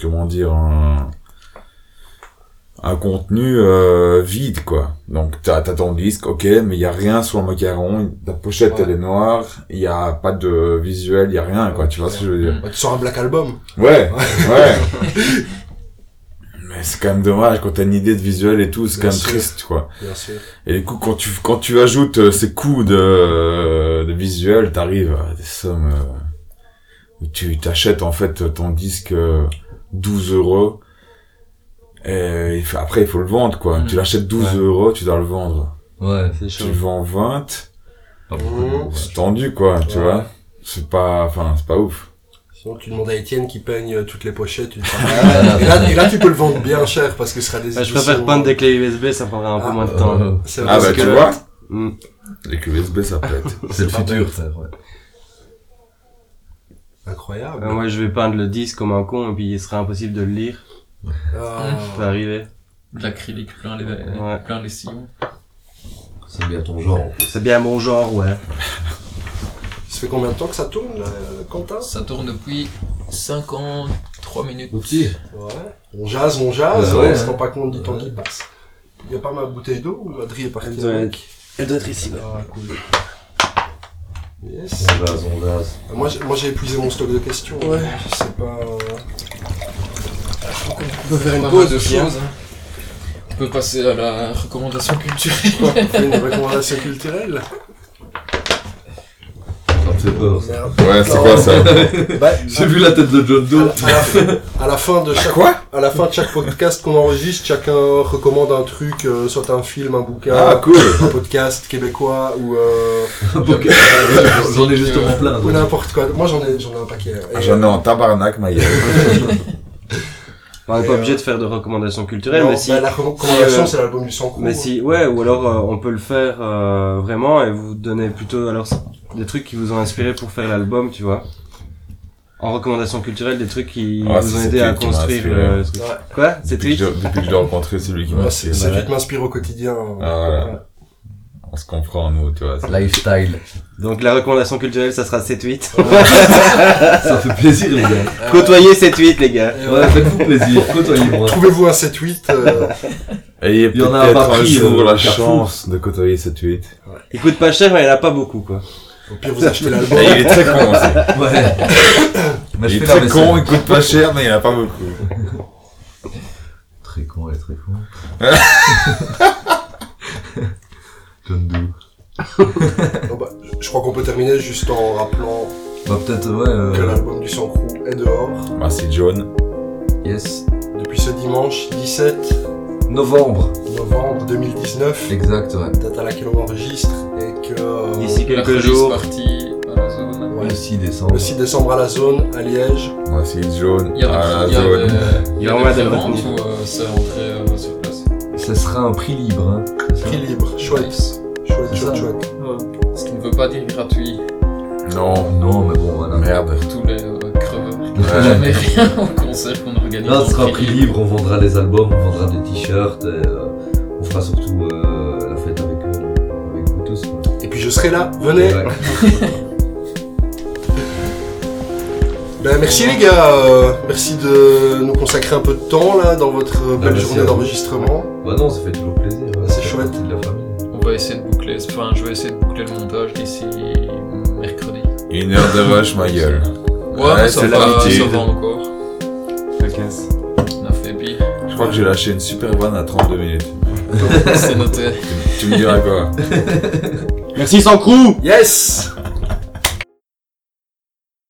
Speaker 4: Comment dire Un, un contenu euh, vide, quoi. Donc, t'as t'as ton disque, ok, mais il y a rien sur le macaron. Ta pochette,
Speaker 1: Ouais.
Speaker 4: elle est noire. Il y a pas de visuel, il y a rien, quoi. Tu vois ce que je veux dire
Speaker 1: Bah, tu sors un black album.
Speaker 4: Ouais, ouais.
Speaker 1: [laughs]
Speaker 4: Mais c'est quand même dommage quand t'as une idée de visuel et tout, c'est quand
Speaker 1: Bien
Speaker 4: même
Speaker 1: sûr.
Speaker 4: triste quoi.
Speaker 1: Bien sûr.
Speaker 4: Et du coup quand tu quand tu ajoutes euh, ces coups euh, de de visuel, t'arrives à des sommes euh, où tu t'achètes en fait ton disque euh, 12 euros. Et euh, il faut- après il faut le vendre quoi.
Speaker 2: Mm.
Speaker 4: Tu l'achètes 12 euros, tu dois le vendre.
Speaker 7: Ouais,
Speaker 6: C'est chaud.
Speaker 4: Tu le vends 20,
Speaker 7: pas beaucoup.
Speaker 4: c'est tendu quoi, tu
Speaker 1: Ouais.
Speaker 4: vois. C'est pas enfin c'est pas ouf.
Speaker 1: Sinon, tu demandes à Étienne qui peigne euh, toutes les pochettes.
Speaker 4: [laughs]
Speaker 1: tu te fais- Ah, et, là, et là, tu peux le vendre bien cher parce que ce sera des
Speaker 6: Bah, je
Speaker 1: éditions-
Speaker 6: préfère peindre des clés USB, ça prendrait un
Speaker 1: Ah,
Speaker 6: peu moins de temps.
Speaker 7: Euh,
Speaker 1: C'est
Speaker 4: hein. Ah
Speaker 1: vrai,
Speaker 4: bah
Speaker 1: c'est
Speaker 4: tu
Speaker 1: que-
Speaker 4: vois,
Speaker 6: Mm.
Speaker 4: les USB ça pète.
Speaker 7: C'est le
Speaker 1: pas
Speaker 7: futur, ça, ouais.
Speaker 1: Incroyable.
Speaker 6: Euh, moi, je vais peindre le disque comme un con et puis il serait impossible de le lire.
Speaker 1: Ah.
Speaker 6: Ça peut arriver.
Speaker 2: De l'acrylique plein les, euh,
Speaker 6: Ouais.
Speaker 2: plein les sillons.
Speaker 7: C'est bien ton genre.
Speaker 6: C'est bien mon genre, ouais.
Speaker 1: Ça fait combien de temps que ça tourne, là, euh, Quentin
Speaker 2: Ça tourne depuis 53 minutes.
Speaker 7: Outil.
Speaker 1: Ouais. On jase, on jase,
Speaker 7: Ouais, ouais.
Speaker 1: on se rend pas compte du temps qui passe. Il n'y a pas ma bouteille d'eau ou Adrien est parti
Speaker 6: Elle doit
Speaker 1: avec
Speaker 6: Elle doit être ici,
Speaker 1: Ah, cool. Yes.
Speaker 7: On jase, on jase.
Speaker 1: Euh, Moi, j'ai- moi, j'ai épuisé mon stock de questions. Ouais. Je sais pas. euh,
Speaker 2: On peut faire
Speaker 1: une
Speaker 2: pause de choses. hein. On peut passer à la recommandation culturelle.
Speaker 1: on fait une recommandation culturelle.
Speaker 7: Ça me fait peur. ça.
Speaker 1: Merde.
Speaker 4: [laughs] Ouais, c'est
Speaker 1: [laughs]
Speaker 4: quoi ça
Speaker 7: [laughs]
Speaker 1: Bah,
Speaker 7: J'ai vu la tête de John
Speaker 1: à,
Speaker 7: Doe.
Speaker 1: à la fin, à la fin de chaque
Speaker 4: Quoi
Speaker 1: à la fin de chaque podcast qu'on enregistre, chacun recommande un truc, euh, soit un film, un bouquin,
Speaker 4: Ah cool
Speaker 1: un podcast québécois ou euh,
Speaker 7: Ah, [laughs] J'en ai justement plein.
Speaker 1: ou
Speaker 7: donc.
Speaker 1: n'importe quoi. Moi, j'en ai j'en ai un paquet. Et,
Speaker 4: Ah, J'en ai en tabarnak, ma gueule.
Speaker 6: On n'est
Speaker 1: Et,
Speaker 6: pas
Speaker 1: euh,
Speaker 6: obligé de faire de recommandations culturelles,
Speaker 1: non,
Speaker 6: mais si.
Speaker 1: bah, la recommandation,
Speaker 6: si, euh,
Speaker 1: c'est l'album du sang court.
Speaker 6: Mais si, ouais, ou alors euh, on peut le faire euh, vraiment et vous donner plutôt alors des trucs qui vous ont inspiré pour faire l'album, tu vois. En recommandation culturelle, des trucs qui
Speaker 4: Ah,
Speaker 6: vous
Speaker 4: ça,
Speaker 6: ont
Speaker 4: c'est
Speaker 6: aidé à
Speaker 4: Twitch qui m'a
Speaker 6: construire
Speaker 4: inspiré.
Speaker 6: le truc.
Speaker 1: Ouais.
Speaker 6: Quoi C'est
Speaker 4: Depuis que
Speaker 6: Twitch
Speaker 4: j'ai- depuis que j'ai rencontré celui qui m'a
Speaker 1: Moi, c'est
Speaker 4: inspiré.
Speaker 1: celui qui m'inspire au quotidien.
Speaker 4: Ah, voilà. On se comprend, nous, tu vois. c'est-
Speaker 7: Lifestyle.
Speaker 6: Donc la recommandation culturelle, ça sera cette 8
Speaker 7: Ça fait plaisir, les [laughs] gars.
Speaker 6: Côtoyez cette 8 les gars.
Speaker 7: Ouais, faites-vous plaisir. Côtoyez-moi.
Speaker 1: Trouvez-vous un 7-8. euh,
Speaker 4: Ayez
Speaker 7: Il y en a à
Speaker 4: peut-être un
Speaker 7: Paris,
Speaker 4: jour
Speaker 7: euh,
Speaker 4: la
Speaker 7: Carrefour.
Speaker 4: chance de côtoyer cette huite.
Speaker 6: Il coûte pas cher, mais il a pas beaucoup quoi.
Speaker 1: au pire, vous achetez l'album.
Speaker 4: [laughs] Et il est très
Speaker 7: [laughs]
Speaker 4: con aussi.
Speaker 7: [laughs] Ouais. Mais
Speaker 4: Il
Speaker 7: je
Speaker 4: est
Speaker 7: fais la
Speaker 4: très con,
Speaker 7: vaisselle.
Speaker 4: il coûte pas cher, mais il en a pas
Speaker 7: [laughs]
Speaker 4: beaucoup.
Speaker 7: Très con, elle est très con. [laughs] John Doe.
Speaker 1: Bon, bah, je crois qu'on peut terminer juste en rappelant
Speaker 7: Bah, peut-être, ouais.
Speaker 1: que
Speaker 7: euh,
Speaker 1: l'album du sang crew est dehors
Speaker 4: Merci, John.
Speaker 7: Yes.
Speaker 1: depuis ce dimanche 17
Speaker 7: Novembre.
Speaker 1: novembre 2019,
Speaker 7: Exact, ouais.
Speaker 1: date à laquelle on enregistre, et que euh,
Speaker 6: D'ici
Speaker 2: La
Speaker 6: quelques
Speaker 2: release
Speaker 6: jours.
Speaker 2: party à la zone.
Speaker 1: Ouais.
Speaker 7: Le 6 décembre.
Speaker 1: le 6 décembre à la zone, à Liège,
Speaker 4: Merci, John.
Speaker 2: Il y a des,
Speaker 4: Ah,
Speaker 2: il y a
Speaker 4: John.
Speaker 2: des- il y
Speaker 6: Il y
Speaker 2: a
Speaker 6: en
Speaker 2: des
Speaker 6: a des
Speaker 2: préventes
Speaker 6: retenues.
Speaker 2: ou euh, c'est entré euh, sur place.
Speaker 7: Ce sera un prix libre. Hein. C'est ça
Speaker 1: prix libre, chouette,
Speaker 2: Nice.
Speaker 1: chouette,
Speaker 7: C'est
Speaker 1: chouette,
Speaker 7: ça.
Speaker 1: chouette.
Speaker 2: Ce qui ne veut pas dire gratuit
Speaker 4: Non.
Speaker 7: Oh, Non, mais bon, voilà.
Speaker 4: Merde.
Speaker 2: pour tous les euh, creveurs qui ne font [laughs] jamais rien au concert qu'on organise.
Speaker 7: Là,
Speaker 2: en
Speaker 7: ce sera
Speaker 2: prix
Speaker 7: prix
Speaker 2: libre.
Speaker 7: libre. On vendra les albums, on vendra des t-shirts. et, euh, on fera surtout euh, la fête avec, euh, avec vous tous. quoi.
Speaker 1: Et puis je serai là, venez. [laughs]
Speaker 7: Ouais.
Speaker 1: Ben, merci les gars, euh, merci de nous consacrer un peu de temps là dans votre euh, belle
Speaker 7: Ah, merci à
Speaker 1: journée
Speaker 7: vous.
Speaker 1: d'enregistrement.
Speaker 7: Bah non, ça fait toujours plaisir. hein.
Speaker 1: C'est
Speaker 7: Ça fait
Speaker 1: chouette.
Speaker 7: partie de la famille.
Speaker 2: On va essayer de boucler, enfin je vais essayer de boucler le montage d'ici mercredi.
Speaker 4: Une heure de rush, ma gueule.
Speaker 2: Ouais, mais ça,
Speaker 4: c'est
Speaker 2: va,
Speaker 4: l'habitude.
Speaker 2: ça va encore.
Speaker 6: Cocasse.
Speaker 2: On a fait pire. [laughs]
Speaker 4: Je Je crois que j'ai lâché une super vanne à 32 minutes.
Speaker 2: C'est noté.
Speaker 4: Tu me diras quoi
Speaker 6: Merci, sans crew
Speaker 1: Yes